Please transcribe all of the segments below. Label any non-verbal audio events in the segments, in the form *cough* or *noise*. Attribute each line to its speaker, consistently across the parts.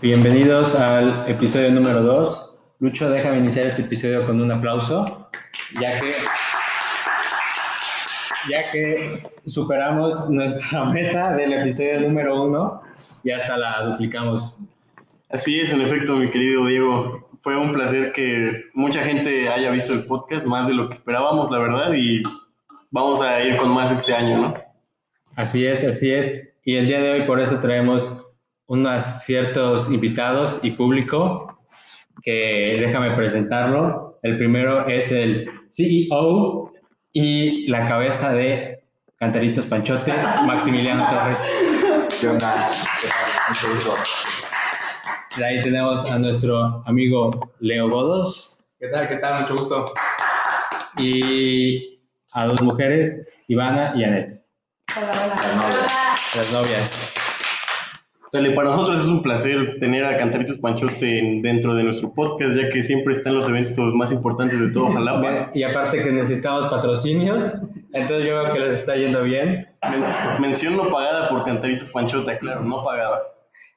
Speaker 1: Bienvenidos al episodio número 2. Lucho, déjame iniciar este episodio con un aplauso, ya que, ya que superamos nuestra *laughs* meta del episodio número 1 y hasta la duplicamos.
Speaker 2: Así es, en efecto, mi querido Diego. Fue un placer que mucha gente haya visto el podcast, más de lo que esperábamos, la verdad, y vamos a ir con más este año, ¿no?
Speaker 1: Así es, así es. Y el día de hoy por eso traemos unos ciertos invitados y público que déjame presentarlo. El primero es el CEO y la cabeza de Cantaritos Panchote, Maximiliano Torres.
Speaker 3: ¿Qué onda? ¿Qué tal? Mucho gusto.
Speaker 1: De ahí tenemos a nuestro amigo Leo Godos
Speaker 3: ¿Qué tal? ¿Qué tal? Mucho gusto.
Speaker 1: y a dos mujeres, Ivana y Anet,
Speaker 4: Hola, hola.
Speaker 1: las novias.
Speaker 2: Dale, para nosotros es un placer tener a Cantaritos Panchote en- dentro de nuestro podcast, ya que siempre están los eventos más importantes de todo Jalapa.
Speaker 1: Y aparte que necesitamos patrocinios, entonces yo veo que les está yendo bien.
Speaker 2: Men- mención no pagada por Cantaritos Panchote, claro, no pagada.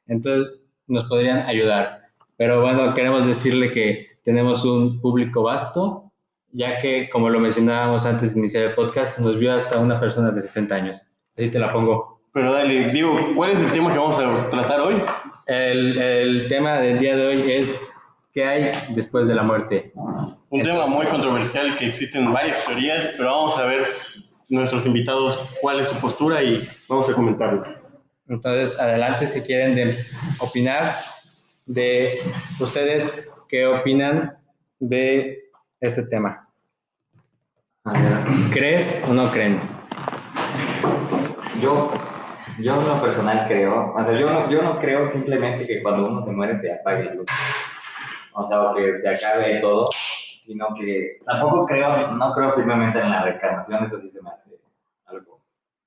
Speaker 1: entonces nos podrían ayudar. Pero bueno, queremos decirle que tenemos un público vasto, ya que, como lo mencionábamos antes de iniciar el podcast, nos vio hasta una persona de 60 años. Así te la pongo.
Speaker 2: Pero dale, Diego, ¿cuál es el tema que vamos a tratar hoy?
Speaker 1: El, el tema del día de hoy es ¿qué hay después de la muerte?
Speaker 2: Un tema muy controversial que existen varias teorías, pero vamos a ver nuestros invitados cuál es su postura y vamos a comentarlo.
Speaker 1: Entonces, adelante si quieren de opinar de ustedes qué opinan de este tema. ¿Crees o no creen?
Speaker 3: Yo, yo en lo personal creo, o sea, yo no, yo no creo simplemente que cuando uno se muere se apague la luz, o sea, o que se acabe todo, sino que tampoco creo, no creo firmemente en la reencarnación, eso sí se me hace algo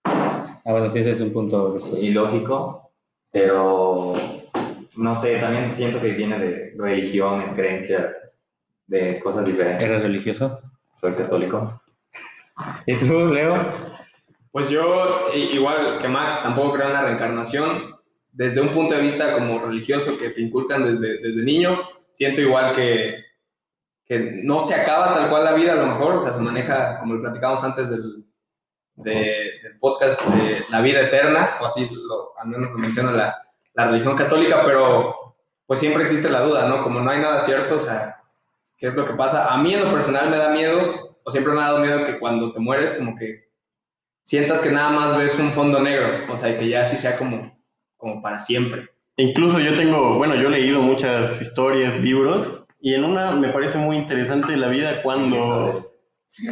Speaker 1: Ah, bueno, sí, ese es un punto después.
Speaker 3: ilógico, pero no sé, también siento que viene de religiones, creencias, de cosas diferentes.
Speaker 1: ¿Eres religioso?
Speaker 3: Soy católico.
Speaker 1: ¿Y tú, Leo?
Speaker 5: Pues yo, i- igual que Max, tampoco creo en la reencarnación. Desde un punto de vista como religioso que te inculcan desde, desde niño, siento igual que, que no se acaba tal cual la vida, a lo mejor, o sea, se maneja, como lo platicamos antes del, de- del podcast, de la vida eterna, o así lo- al menos lo menciona la, la religión católica, pero pues siempre existe la duda, ¿no? Como no hay nada cierto, o sea, ¿qué es lo que pasa? A mí en lo personal me da miedo, o siempre me ha dado miedo que cuando te mueres, como que sientas que nada más ves un fondo negro, o sea, y que ya así sea como, como para siempre.
Speaker 2: Incluso yo tengo, bueno, yo he leído muchas historias, libros, y en una me parece muy interesante la vida cuando,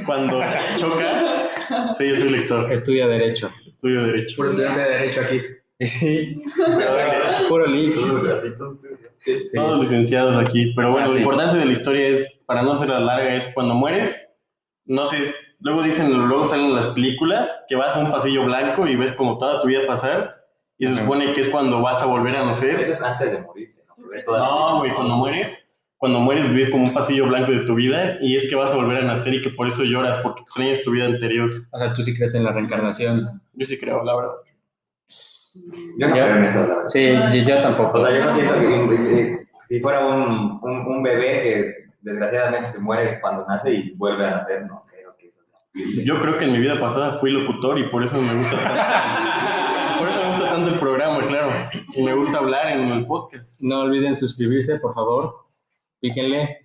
Speaker 2: cuando chocas. Sí, yo soy lector,
Speaker 1: Estudia Derecho.
Speaker 2: estudio
Speaker 1: *laughs*
Speaker 2: Derecho.
Speaker 5: Por estudiante de Derecho aquí.
Speaker 1: Sí,
Speaker 2: Pero dale,
Speaker 1: puro link.
Speaker 3: Todos los bracitos.
Speaker 5: Sí, sí.
Speaker 2: Todos licenciados aquí, pero bueno,
Speaker 1: Ah,
Speaker 2: lo
Speaker 1: sí.
Speaker 2: importante de la historia es, para no ser la larga, es cuando mueres, no sé, luego dicen, luego salen las películas, que vas a un pasillo blanco y ves como toda tu vida pasar, y se
Speaker 1: Ajá.
Speaker 2: supone que es cuando vas a volver a nacer.
Speaker 3: Eso es antes de morirte, ¿no? Porque todavía-
Speaker 2: No, güey, cuando mueres, cuando mueres vives como un pasillo blanco de tu vida y es que vas a volver a nacer y que por eso lloras, porque extrañas tu vida anterior.
Speaker 1: O sea, tú sí crees en la reencarnación.
Speaker 2: Yo sí creo, la verdad.
Speaker 3: Yo no
Speaker 1: Yo-
Speaker 3: creo en eso, la verdad.
Speaker 1: Sí, yo, yo
Speaker 3: O
Speaker 1: tampoco.
Speaker 3: sea, yo no siento que eh, eh, si fuera un, un, un bebé que desgraciadamente se muere cuando nace y vuelve a nacer, no creo que eso sea.
Speaker 2: Yo creo que en mi vida pasada fui locutor y por eso me gusta tanto, *laughs* por eso me gusta tanto el programa, claro. Y me gusta hablar en el podcast.
Speaker 1: No olviden suscribirse, por favor. Píquenle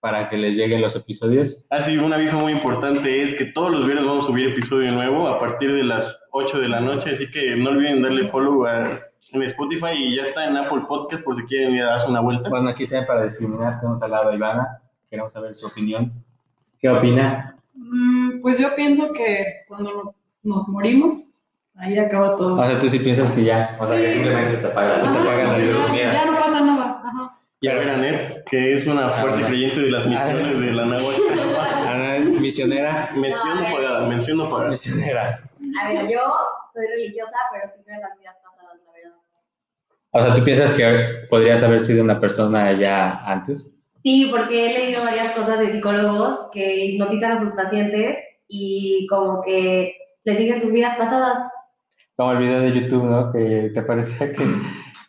Speaker 1: para que les lleguen los episodios.
Speaker 2: Así, Ah, un aviso muy importante es que todos los viernes vamos a subir episodio nuevo a partir de las 8 de la noche, así que no olviden darle follow a- en Spotify y ya está en Apple Podcast por si quieren ir a darse una vuelta.
Speaker 1: Bueno, aquí también para discriminar tenemos al lado a Ivana. Queremos saber su opinión. ¿Qué opina?
Speaker 4: Mm, Pues yo pienso que cuando no- nos morimos, ahí acaba
Speaker 1: O
Speaker 4: todo.
Speaker 1: sea, tú sí piensas que ya.
Speaker 3: O sea, que
Speaker 4: Sí.
Speaker 3: simplemente se te apaga la
Speaker 4: Ajá,
Speaker 1: Ah,
Speaker 4: pues
Speaker 1: te
Speaker 3: luz.
Speaker 1: apaga la
Speaker 4: ya-
Speaker 1: luz,
Speaker 4: Ah, Ya,
Speaker 3: mira.
Speaker 4: no pasa nada. Ajá.
Speaker 2: Y a ver a Net, que es una
Speaker 1: Ah,
Speaker 2: fuerte
Speaker 1: hola.
Speaker 2: creyente de las misiones de la náhuatl.
Speaker 1: Ana, misionera.
Speaker 2: Mención no pagada, mención no pagada.
Speaker 1: Misionera.
Speaker 6: A ver, yo soy religiosa, pero sí creo en las vidas pasadas, la verdad.
Speaker 1: O sea, tú piensas que podrías haber sido una persona ya antes.
Speaker 6: Sí, porque he leído varias cosas de psicólogos que hipnotizan a sus pacientes y como que les dicen sus vidas pasadas.
Speaker 1: Como el video de YouTube, ¿no? Que te parecía que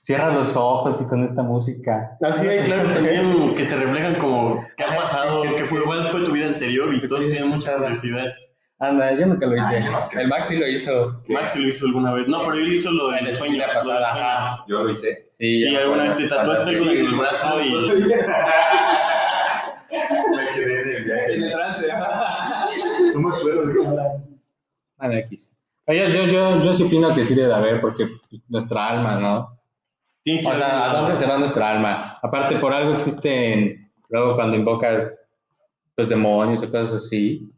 Speaker 1: Cierra los ojos y con esta música.
Speaker 2: Así hay, claro, también que te reflejan como qué ha pasado, qué fue, cuál fue tu vida anterior y todos tienen mucha curiosidad.
Speaker 1: Anda, yo nunca lo hice.
Speaker 3: Ah, yo no creo.
Speaker 1: El Maxi lo hizo.
Speaker 2: Max lo hizo alguna vez. No, pero él hizo lo
Speaker 1: En
Speaker 2: del
Speaker 1: la
Speaker 2: sueño.
Speaker 1: vida
Speaker 2: lo del
Speaker 1: pasada,
Speaker 2: sueño.
Speaker 1: ajá.
Speaker 3: Yo lo hice.
Speaker 1: Sí,
Speaker 2: Sí,
Speaker 1: ya me
Speaker 2: alguna vez
Speaker 1: acuerdo.
Speaker 2: te tatuaste algo en el brazo y
Speaker 3: Me quedé en el
Speaker 5: En el
Speaker 3: viaje.
Speaker 5: trance.
Speaker 3: No me acuerdo de qué hablaba.
Speaker 1: Nada, X. Pero Yo, yo, yo, yo sí opino que sí debe de haber, porque nuestra alma, ¿no?
Speaker 2: tiene que
Speaker 1: O sea, ¿a
Speaker 2: *laughs*
Speaker 1: dónde se va nuestra alma? Aparte, por algo existen, luego cuando invocas los demonios o cosas así,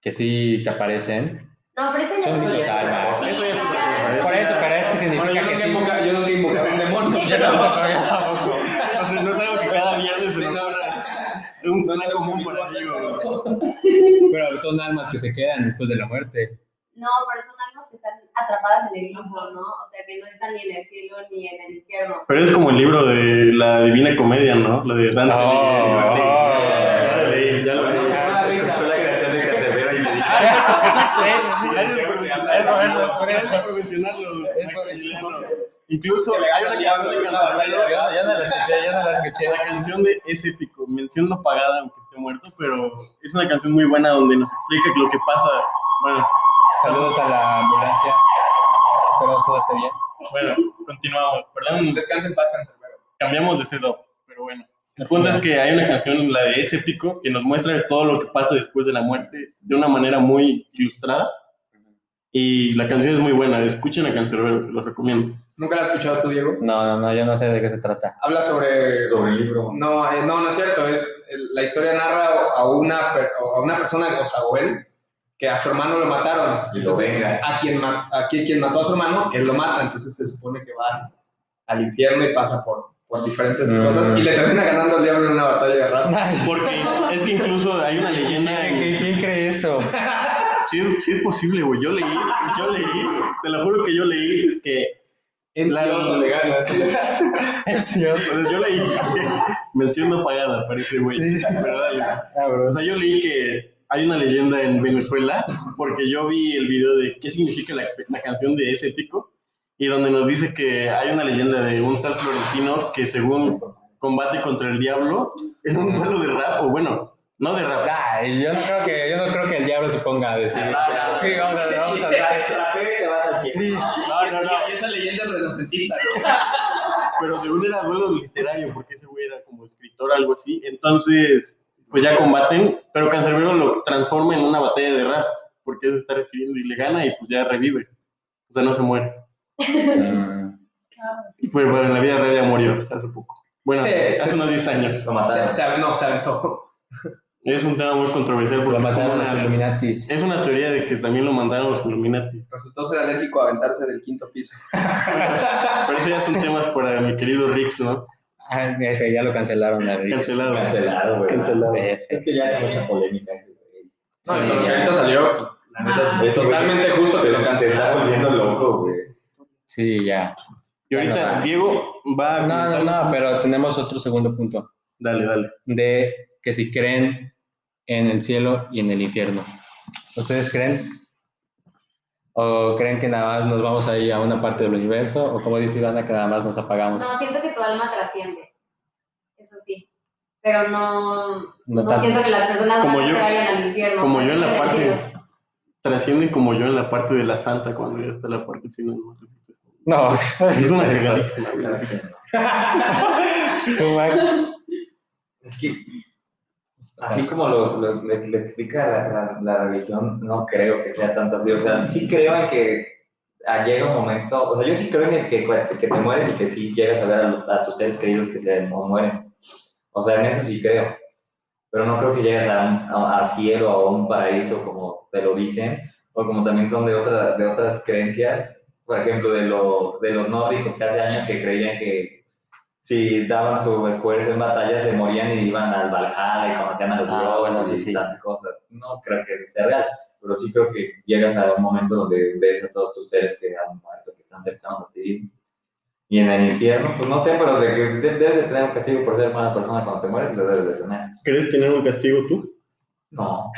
Speaker 1: que sí te aparecen.
Speaker 6: No, pero ese ya
Speaker 1: Son
Speaker 6: no
Speaker 1: los
Speaker 6: es-
Speaker 1: almas.
Speaker 6: Sí,
Speaker 2: Eso ya es
Speaker 6: ya-
Speaker 2: otra
Speaker 1: Por eso, pero es que significa
Speaker 5: Bueno, yo
Speaker 1: que
Speaker 5: nunca
Speaker 1: sí. *laughs*
Speaker 5: invoca- yo nunca invocaba un
Speaker 3: *laughs*
Speaker 5: demonio.
Speaker 1: Yo tampoco, yo tampoco.
Speaker 2: O sea, no es algo que cada viernes se
Speaker 5: Sí,
Speaker 2: nos
Speaker 5: no.
Speaker 2: ocurra. Es un
Speaker 5: No
Speaker 2: plan
Speaker 5: es algo
Speaker 2: común
Speaker 5: que
Speaker 2: para
Speaker 5: pasa,
Speaker 2: Diego.
Speaker 1: Pero son almas que se quedan después de la muerte.
Speaker 6: No, pero son almas que están atrapadas en el limbo, ¿no? O sea, que no están ni en el cielo ni en el infierno.
Speaker 2: Pero es como el libro de la Divina Comedia, ¿no? La de Dante.
Speaker 1: Oh.
Speaker 2: Ya lo leí, ya lo leí.
Speaker 5: Ah, risa.
Speaker 3: Bueno, Escuchó la canción de Cancerbero y le dije,
Speaker 2: Gracias por mencionarlo. Gracias por mencionarlo, Maximiliano. Incluso hay una canción de Cancerbero.
Speaker 1: yo no la escuché, yo no la escuché.
Speaker 2: La canción de es épico, mención no pagada aunque esté muerto, pero es una canción muy buena donde nos explica lo que pasa. Bueno,
Speaker 1: Saludos a la ambulancia. Espero todo esté bien.
Speaker 2: bueno, continuamos. Perdón,
Speaker 5: Descansa en paz, Cancerbero.
Speaker 2: cambiamos de setup, pero bueno. El punto es que hay una canción, la de ese pico, que nos muestra todo lo que pasa después de la muerte de una manera muy ilustrada. Y la canción es muy buena, escuchen a Cancerbero, se los recomiendo.
Speaker 5: ¿Nunca la has escuchado tú, Diego?
Speaker 1: No, no, no, yo no sé de qué se trata. *laughs*
Speaker 5: Habla sobre...
Speaker 3: Sobre el libro.
Speaker 5: No, eh, no, no es cierto. Es, el- la historia narra a una, per- a una persona, o sea, o él, que a su hermano lo mataron.
Speaker 3: Y lo venga.
Speaker 5: a quien, ma- a quien, quien mató a su hermano, él lo mata, entonces se supone que va al infierno y pasa por, por diferentes
Speaker 1: Mm.
Speaker 5: cosas y le termina ganando al diablo en una batalla de rap.
Speaker 2: Porque es que incluso hay una leyenda en,
Speaker 1: ¿Quién cree eso?
Speaker 2: Sí, es- sí es posible, güey. Yo leí, yo leí, te lo juro que yo leí que.
Speaker 5: En
Speaker 2: La-
Speaker 5: Dios le gana.
Speaker 2: pues, yo leí. *laughs* Mención no pagada, parece, güey. Pero dale. O sea, yo leí que hay una leyenda en Venezuela, porque yo vi el video de qué significa la, la canción de ese pico, y donde nos dice que hay una leyenda de un tal florentino que, según combate contra el diablo, en un duelo de rap, o bueno, no de rap.
Speaker 1: Ay, Ah, yo no creo que, yo no creo que el diablo se ponga a decir. Sí, vamos a, vamos a decir.
Speaker 3: fe te vas al cielo.
Speaker 1: Sí.
Speaker 2: No, no, no.
Speaker 5: esa leyenda es renacentista.
Speaker 2: pero según era duelo literario, porque ese güey era como escritor, algo así. Entonces, pues ya combaten, pero Cancerbero lo transforma en una batalla de rap, porque se está refiriendo y le gana y pues ya revive. O sea, no se muere.
Speaker 1: Mm.
Speaker 2: Y pues bueno, en la vida real ya murió hace poco. Bueno,
Speaker 5: Sí,
Speaker 2: hace,
Speaker 5: sí,
Speaker 2: hace
Speaker 5: sí.
Speaker 2: unos 10 años.
Speaker 3: Lo mataron.
Speaker 5: Se, se- no, se aventó.
Speaker 2: Es un tema muy controversial
Speaker 1: Lo
Speaker 2: porque es, como
Speaker 1: mataron los
Speaker 2: una,
Speaker 1: Illuminatis.
Speaker 2: es una teoría de que también lo mandaron los Illuminati.
Speaker 5: Resultó ser alérgico a aventarse del quinto piso.
Speaker 2: Pero eso ya son temas para mi querido Rix, ¿no?
Speaker 1: Ah, F, ya lo cancelaron. Eric.
Speaker 2: Cancelado.
Speaker 3: *laughs* Cancelado, güey.
Speaker 2: Cancelado.
Speaker 3: Es que ya hace mucha polémica eso, güey.
Speaker 5: No,
Speaker 1: Sí,
Speaker 5: y con lo que
Speaker 1: ya.
Speaker 5: ahorita salió, pues, la neta,
Speaker 4: Ah.
Speaker 5: es totalmente justo que lo
Speaker 3: Se está
Speaker 5: cancelaron.
Speaker 3: volviendo loco, güey.
Speaker 1: Sí, ya.
Speaker 2: Y
Speaker 1: Bueno,
Speaker 2: ahorita
Speaker 1: va.
Speaker 2: Diego va
Speaker 1: No,
Speaker 2: a...
Speaker 1: no,
Speaker 2: comentarnos-
Speaker 1: no, pero tenemos otro segundo punto
Speaker 2: Dale, dale.
Speaker 1: de que si creen en el cielo y en el infierno. ¿Ustedes creen? ¿O creen que nada más nos vamos a ir a una parte del universo? ¿O como dice Ivana, que nada más nos apagamos?
Speaker 6: No, siento que tu alma trasciende. Eso sí. Pero no, no,
Speaker 1: No tanto.
Speaker 6: siento que las personas
Speaker 2: Como
Speaker 6: malas
Speaker 2: yo-
Speaker 6: se vayan al infierno.
Speaker 2: como yo en la
Speaker 6: Siento que
Speaker 2: parte-
Speaker 6: sí.
Speaker 2: trascienden como yo en la parte de la santa cuando ya está la parte final.
Speaker 1: No, *laughs*
Speaker 2: Es una regalísima.
Speaker 1: tú, Max.
Speaker 3: Es que, así como lo, lo- le, le explica la, la- la religión, no creo que sea tanto así. O sea, sí creo en que ah, llega un momento, o sea, yo sí creo en el que, cua- que te mueres y que sí llegas a ver a, lo- a tus seres queridos que se mu- mueren. O sea, en eso sí creo. Pero no creo que llegas a, un- a- a cielo o a un paraíso como te lo dicen, o como también son de, otra, de otras creencias. Por ejemplo, de, lo, de los nórdicos que hace años que creían que si daban su esfuerzo en batalla, se morían y iban al Valhalla y conocían a los
Speaker 1: Ah,
Speaker 3: dioses
Speaker 1: bueno, sí,
Speaker 3: y
Speaker 1: sí.
Speaker 3: tantas cosas. No creo que eso sea real, pero sí creo que llegas a un momento donde ves a todos tus seres que han muerto, que están cercanos a ti. Y en el infierno, pues no sé, pero de que de- debes de tener un castigo por ser mala persona cuando te mueres, lo debes de tener.
Speaker 2: ¿Quieres tener un castigo tú?
Speaker 3: No.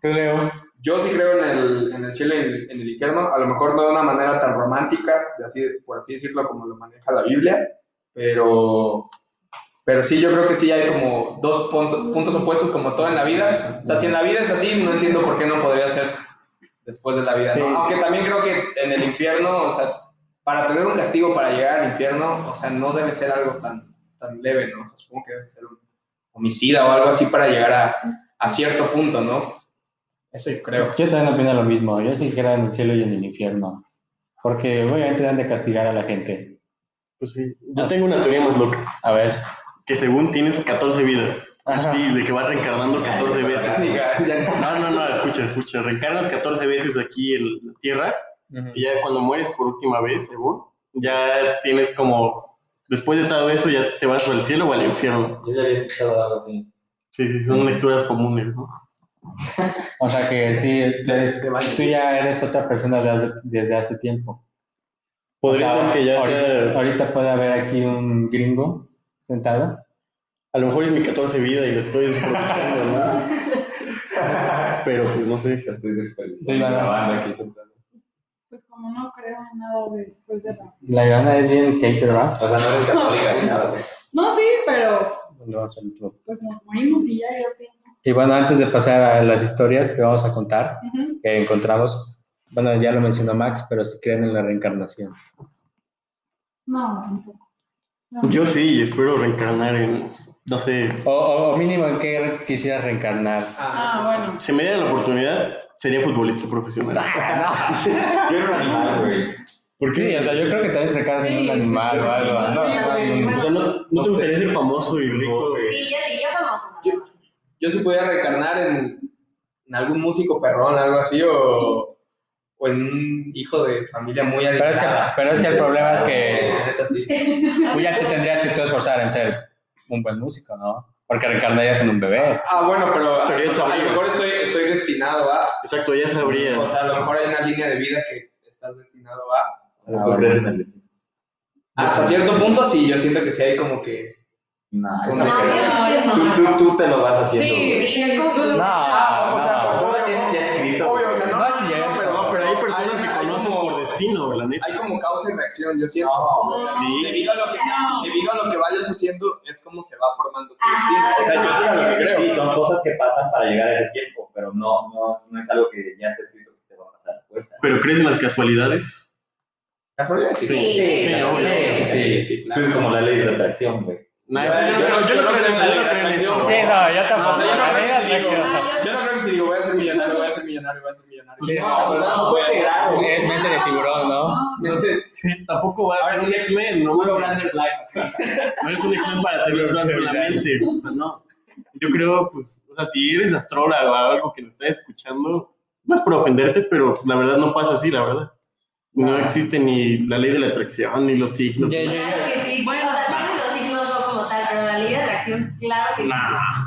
Speaker 1: Tú, Leo.
Speaker 5: Yo sí creo en el, en el cielo y en, en el infierno, a lo mejor no de una manera tan romántica, de así, por así decirlo, como lo maneja la Biblia, pero, pero sí, yo creo que sí hay como dos punto- puntos opuestos como todo en la vida. O sea, si en la vida es así, no entiendo por qué no podría ser después de la vida. ¿no?
Speaker 1: Sí.
Speaker 5: Aunque también creo que en el infierno, o sea, para tener un castigo para llegar al infierno, o sea, no debe ser algo tan, tan leve, ¿no? O sea, supongo que debe ser un homicida o algo así para llegar a, a cierto punto, ¿no? Eso yo creo.
Speaker 1: Yo también opino lo mismo. Yo sí creo en el cielo y en el infierno. Porque obviamente deben de castigar a la gente.
Speaker 2: Pues sí.
Speaker 1: Ah.
Speaker 2: Yo tengo una teoría más loca.
Speaker 1: A ver.
Speaker 2: que según tienes 14 vidas.
Speaker 1: Ajá.
Speaker 2: Así, de que vas reencarnando 14 veces.
Speaker 5: Ya- ya-
Speaker 2: No, no, no, escucha, escucha. Reencarnas 14 veces aquí en la Tierra y ya cuando mueres por última vez, según, ya tienes como, después de todo eso ya te vas al cielo o al infierno.
Speaker 3: *laughs* Yo ya había escuchado algo así.
Speaker 2: Sí, sí, son lecturas comunes, ¿no?
Speaker 1: O sea que sí, tú, eres- tú ya eres otra persona desde hace, desde hace tiempo. O
Speaker 2: Podría
Speaker 1: sea,
Speaker 2: ser que ya
Speaker 1: ahorita,
Speaker 2: sea,
Speaker 1: ahorita puede haber aquí un gringo sentado.
Speaker 2: a lo mejor es mi 14 vida y lo estoy disfrutando, *laughs* ¿no? Pero pues no sé.
Speaker 3: Lo Estoy desperdiciando.
Speaker 1: Sí, la-
Speaker 3: grabando aquí sentado.
Speaker 4: Pues como no creo en nada de después de la...
Speaker 1: La Ivana es bien hater, ¿verdad?
Speaker 3: O sea, no eres católica ni nada. güey.
Speaker 4: No, sí, pero
Speaker 1: No, absoluto.
Speaker 4: pues nos morimos y ya yo pienso.
Speaker 1: Y bueno, antes de pasar a las historias que vamos a contar,
Speaker 4: Ujú.
Speaker 1: que encontramos, bueno, ya lo mencionó Max, pero si creen en la reencarnación.
Speaker 4: No, tampoco. No.
Speaker 2: Yo sí, y espero reencarnar en, no sé,
Speaker 1: O, o- o mínimo, ¿en qué quisieras reencarnar?
Speaker 4: Ah, bueno.
Speaker 2: si me dieran la oportunidad, sería futbolista profesional.
Speaker 3: Yo era un animal, güey.
Speaker 2: ¿Por
Speaker 1: Sí, o sea, yo creo que también reencarnas en
Speaker 4: Sí,
Speaker 1: un
Speaker 4: sí,
Speaker 1: animal
Speaker 4: sí.
Speaker 1: o algo.
Speaker 6: Sí,
Speaker 1: ¿no?
Speaker 6: bueno.
Speaker 2: O sea, ¿no, no te gustaría ser famoso y rico?
Speaker 6: Sí, yo sí, yo famoso.
Speaker 5: Yo- Yo si pudiera reencarnar en, en algún músico perrón, algo así, o, o en un hijo de familia muy
Speaker 1: Pero es que,
Speaker 5: adinerada.
Speaker 1: pero es que el problema es que
Speaker 5: La neta, sí.
Speaker 1: tú ya te tendrías que tú esforzar en ser un buen músico, ¿no? Porque reencarnarías en un bebé.
Speaker 5: Ah, bueno, pero,
Speaker 2: Pero ya
Speaker 5: a
Speaker 2: sabías.
Speaker 5: lo mejor estoy, estoy destinado a...
Speaker 2: Exacto, ya
Speaker 5: O
Speaker 2: sabrías.
Speaker 5: sea, a lo mejor hay una línea de vida que estás destinado a...
Speaker 3: O sea, tú crees en el destino. Ah,
Speaker 5: Hasta Ah, cierto punto sí, yo siento que sí hay como que...
Speaker 3: No, yo
Speaker 5: No, yo
Speaker 3: no creo.
Speaker 6: no.
Speaker 3: Tú, tú, tú te lo vas haciendo.
Speaker 4: Sí,
Speaker 3: güey.
Speaker 4: sí, tú lo-
Speaker 1: No,
Speaker 5: Ah, o sea,
Speaker 1: no.
Speaker 5: por-
Speaker 3: Tú lo tienes ya escrito.
Speaker 5: Obvio, o sea, no,
Speaker 1: No es cierto.
Speaker 2: No, pero hay personas
Speaker 5: hay-
Speaker 2: que
Speaker 5: hay
Speaker 2: conoces
Speaker 5: como-
Speaker 2: por destino, la neta.
Speaker 5: Hay como causa y reacción, yo siento. O sea,
Speaker 2: sí.
Speaker 5: debido, a lo que, debido a lo que vayas haciendo, es como se va formando tu
Speaker 6: Ajá. pues,
Speaker 5: destino. O sea, yo sí a lo que creo.
Speaker 3: Sí, son cosas que pasan para llegar a ese tiempo, pero no, no, no es algo que ya está escrito que te va a pasar a fuerza.
Speaker 2: ¿Pero crees en las casualidades?
Speaker 5: ¿Casualidad? Sí,
Speaker 6: Sí, sí,
Speaker 5: claro.
Speaker 6: sí,
Speaker 5: sí, sí, sí, claro.
Speaker 3: Eso es como la ley de la atracción, güey.
Speaker 2: No,
Speaker 5: Yo-
Speaker 2: yo, no
Speaker 5: yo-
Speaker 2: creo, yo
Speaker 5: yo
Speaker 2: no creo en eso, yo no
Speaker 5: la
Speaker 2: creo en eso.
Speaker 5: atracción.
Speaker 1: yo
Speaker 5: O sea, yo no creo que si digo-
Speaker 6: gracioso.
Speaker 5: yo no creo que si digo, voy a ser millonario, voy a ser millonario, voy a ser millonario.
Speaker 1: Sí.
Speaker 5: No, no, no, voy a ser-
Speaker 1: Es mente de tiburón, ¿no?
Speaker 5: Este,
Speaker 2: Sí, tampoco va a
Speaker 5: Ahora
Speaker 2: ser un
Speaker 5: sí,
Speaker 2: X-Men, no,
Speaker 5: puro
Speaker 2: no
Speaker 5: Brandon Life.
Speaker 2: eres un X-Men para tener las cosas con la mente. O sea, no. Yo creo, pues, o sea, si eres astrólogo o algo que lo estás escuchando, no es por ofenderte, pero pues, la verdad no pasa así, la verdad. No existe ni la ley de la atracción, ni los signos.
Speaker 1: Ah. Ya, ya,
Speaker 6: Claro
Speaker 1: ya.
Speaker 6: que sí. Bueno, o sea, tal vez los signos no como tal, pero la ley de atracción, claro que
Speaker 2: Nah.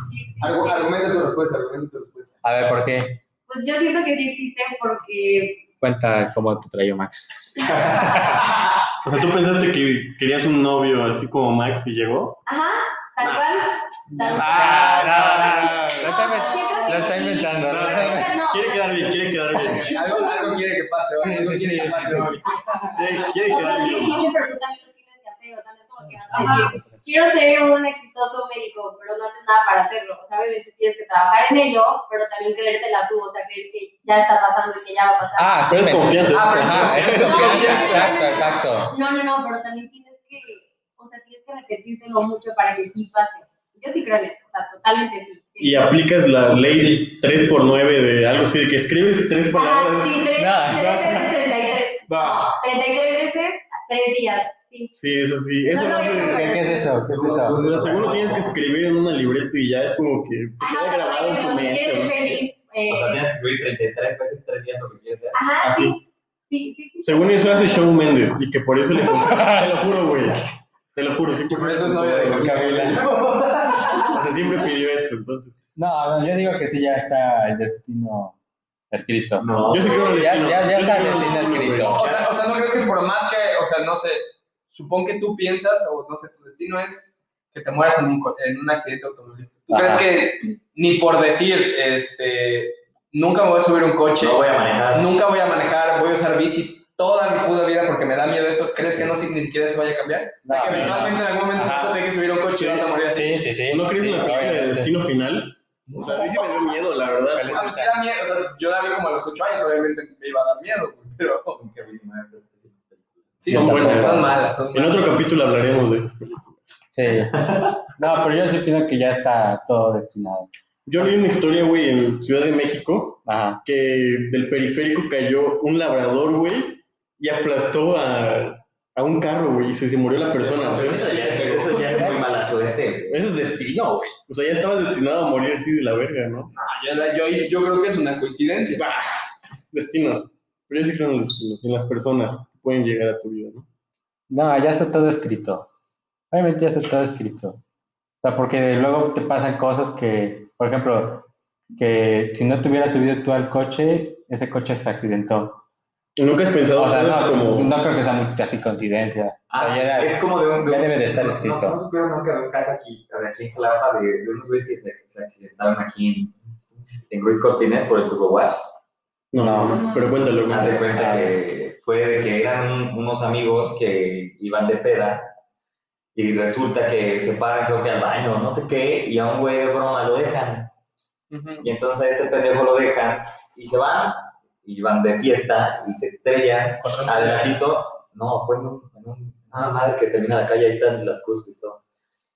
Speaker 6: sí. existe.
Speaker 5: Argu- Argumenta tu respuesta, argumenta tu respuesta.
Speaker 1: A ver, ¿por qué?
Speaker 6: Pues yo siento que sí existen porque.
Speaker 1: Cuenta cómo te trayó Max.
Speaker 2: O sea, tú pensaste que querías un novio así como Max y llegó.
Speaker 6: Ajá, tal cual. Tal
Speaker 1: Ah, no, no, no. Lo está,
Speaker 6: No, yo
Speaker 1: inven- lo está
Speaker 6: creo que sí.
Speaker 1: inventando.
Speaker 2: No,
Speaker 1: lo
Speaker 2: no,
Speaker 1: está inventando.
Speaker 6: cual. No,
Speaker 2: Quiere quedar bien, quiere quedar bien.
Speaker 5: Algo, algo quiere que pase, ¿vale? Algo
Speaker 1: sí, sí,
Speaker 5: quiere que
Speaker 1: sí,
Speaker 5: pase,
Speaker 1: sí.
Speaker 5: ¿vale?
Speaker 2: Quiere, quiere
Speaker 6: O sea,
Speaker 2: quedar
Speaker 6: sí
Speaker 2: bien.
Speaker 6: existe, pero tú también lo tienes que hacer. O sea, no es como que vas a decir, quiero ser un exitoso médico, pero no haces nada para hacerlo. O sea, obviamente tienes que trabajar en ello, pero también creértela tú. O sea, creer que ya está pasando y que ya va a pasar.
Speaker 1: Ah, sí.
Speaker 2: Pero es
Speaker 1: me-
Speaker 2: confianza.
Speaker 5: Ah, pero
Speaker 1: Ajá, eh. es confianza. Exacto, exacto.
Speaker 6: No, no, no, pero también tienes que, o sea, tienes que repetírtelo mucho para que sí pase. Yo sí creo en eso, o sea, totalmente sí.
Speaker 2: Y aplicas la ley 3x9 de algo así, de que escribes
Speaker 1: Ah,
Speaker 2: tres
Speaker 6: Ajá,
Speaker 2: palabras.
Speaker 6: sí, tres,
Speaker 1: Nada,
Speaker 6: tres veces 33.
Speaker 2: Va.
Speaker 6: No, 33 veces, tres días, sí.
Speaker 2: Sí, eso sí. Eso
Speaker 6: No lo
Speaker 2: no
Speaker 6: he hecho,
Speaker 2: hace-
Speaker 1: ¿Qué, qué es eso? ¿Qué es eso?
Speaker 2: lo segundo tienes que escribir en una libreta y ya es como que se
Speaker 6: Ajá,
Speaker 2: queda
Speaker 6: pero
Speaker 2: grabado en
Speaker 6: bueno,
Speaker 2: tu
Speaker 6: si
Speaker 2: mente.
Speaker 6: quieres
Speaker 2: ¿no?
Speaker 6: ser feliz, eh,
Speaker 3: O sea, tienes que escribir 33 veces 3 días lo que quieres hacer.
Speaker 6: Ajá,
Speaker 2: así.
Speaker 6: sí. Sí, sí, sí.
Speaker 2: Según eso hace Shawn Mendes y que por eso
Speaker 6: *laughs*
Speaker 2: le Te lo juro, güey. Te lo juro, sí,
Speaker 5: Por eso es novia de
Speaker 2: O
Speaker 1: *laughs*
Speaker 2: sea, siempre pidió eso, entonces.
Speaker 1: No, no, yo digo que sí, ya está el destino escrito.
Speaker 3: No.
Speaker 2: Yo sí creo en el
Speaker 1: Ya-
Speaker 2: destino.
Speaker 1: ya- ya
Speaker 2: Yo sí
Speaker 1: está
Speaker 2: creo en el
Speaker 1: destino
Speaker 2: destino,
Speaker 1: escrito.
Speaker 2: güey.
Speaker 5: O sea, o sea, ¿no crees que por más que, o sea, no sé, supón que tú piensas, o no sé, tu destino es que te mueras en un, co- en un accidente automovilístico. ¿Tú
Speaker 1: Ajá.
Speaker 5: crees que ni por decir, este, nunca me voy a subir a un coche,
Speaker 3: No voy a manejar.
Speaker 5: nunca voy a manejar, voy a usar bici toda mi puta vida porque me da miedo eso. ¿Crees que no si- ni siquiera se vaya a cambiar? O sea,
Speaker 1: No,
Speaker 5: que
Speaker 1: sí,
Speaker 5: eventualmente en algún momento vas a tener que subir a un coche y vas a morir así.
Speaker 1: Sí, sí, sí.
Speaker 2: ¿No crees
Speaker 1: sí,
Speaker 2: en la película de
Speaker 1: obviamente.
Speaker 2: Destino Final? O sea, a mí sí me dio miedo, la verdad.
Speaker 5: Ah, pues sí da miedo, o sea, yo la vi como a los 8 años, obviamente me iba a dar miedo, pero
Speaker 3: Nunca vi una de esas especies de películas.
Speaker 5: sí,
Speaker 2: Son
Speaker 5: son,
Speaker 2: buenas.
Speaker 5: son malas. son
Speaker 2: En
Speaker 5: malas.
Speaker 2: otro capítulo hablaremos de esas películas. *laughs*
Speaker 1: Sí. No, pero yo sí opino que ya está todo destinado.
Speaker 2: Yo leí una historia, güey, en Ciudad de México,
Speaker 1: Ajá.
Speaker 2: que del periférico cayó un labrador, güey, y aplastó a, a un carro, güey, y se, se murió la persona. O sea,
Speaker 3: Eso ya, eso ya es muy mala suerte. güey.
Speaker 2: Eso es destino, güey. O sea, ya estabas destinado a morir así de la verga, ¿no?
Speaker 5: Ah, yo, la- yo, yo creo que es una coincidencia.
Speaker 2: Destino. Pero yo sí creo en los destinos, en las personas que pueden llegar a tu vida, ¿no?
Speaker 1: No, ya está todo escrito. Obviamente ya está todo escrito. O sea, porque luego te pasan cosas que, por ejemplo, que si no te hubieras subido tú al coche, ese coche se accidentó.
Speaker 2: ¿Y ¿Nunca has pensado
Speaker 1: O sea, no,
Speaker 2: cosas como...
Speaker 1: no creo que sea muy así coincidencia. O sea,
Speaker 3: Ah,
Speaker 1: ya era-
Speaker 3: es como de un. de
Speaker 1: ya
Speaker 3: un-
Speaker 1: debe de estar
Speaker 3: no-
Speaker 1: escrito.
Speaker 3: No, no supieron nunca de un caso aquí, de aquí en Jalapa, de, de unos güeyes que se, se accidentaron aquí en, en Ruiz Cortines por el Turbo Wash.
Speaker 2: No,
Speaker 4: No.
Speaker 2: pero
Speaker 1: Ah,
Speaker 2: cuéntalo,
Speaker 3: Haz
Speaker 2: cuéntalo.
Speaker 3: de Pues cuenta que fue de que eran un- unos amigos que iban de peda y resulta que se paran, creo que al baño, no sé qué, y a un güey de broma lo dejan. Y entonces a este pendejo lo dejan y se van, y van de fiesta y se estrellan. Al ratito, no, fue en un. En un ah, madre que termina la calle, ahí están las cruces y todo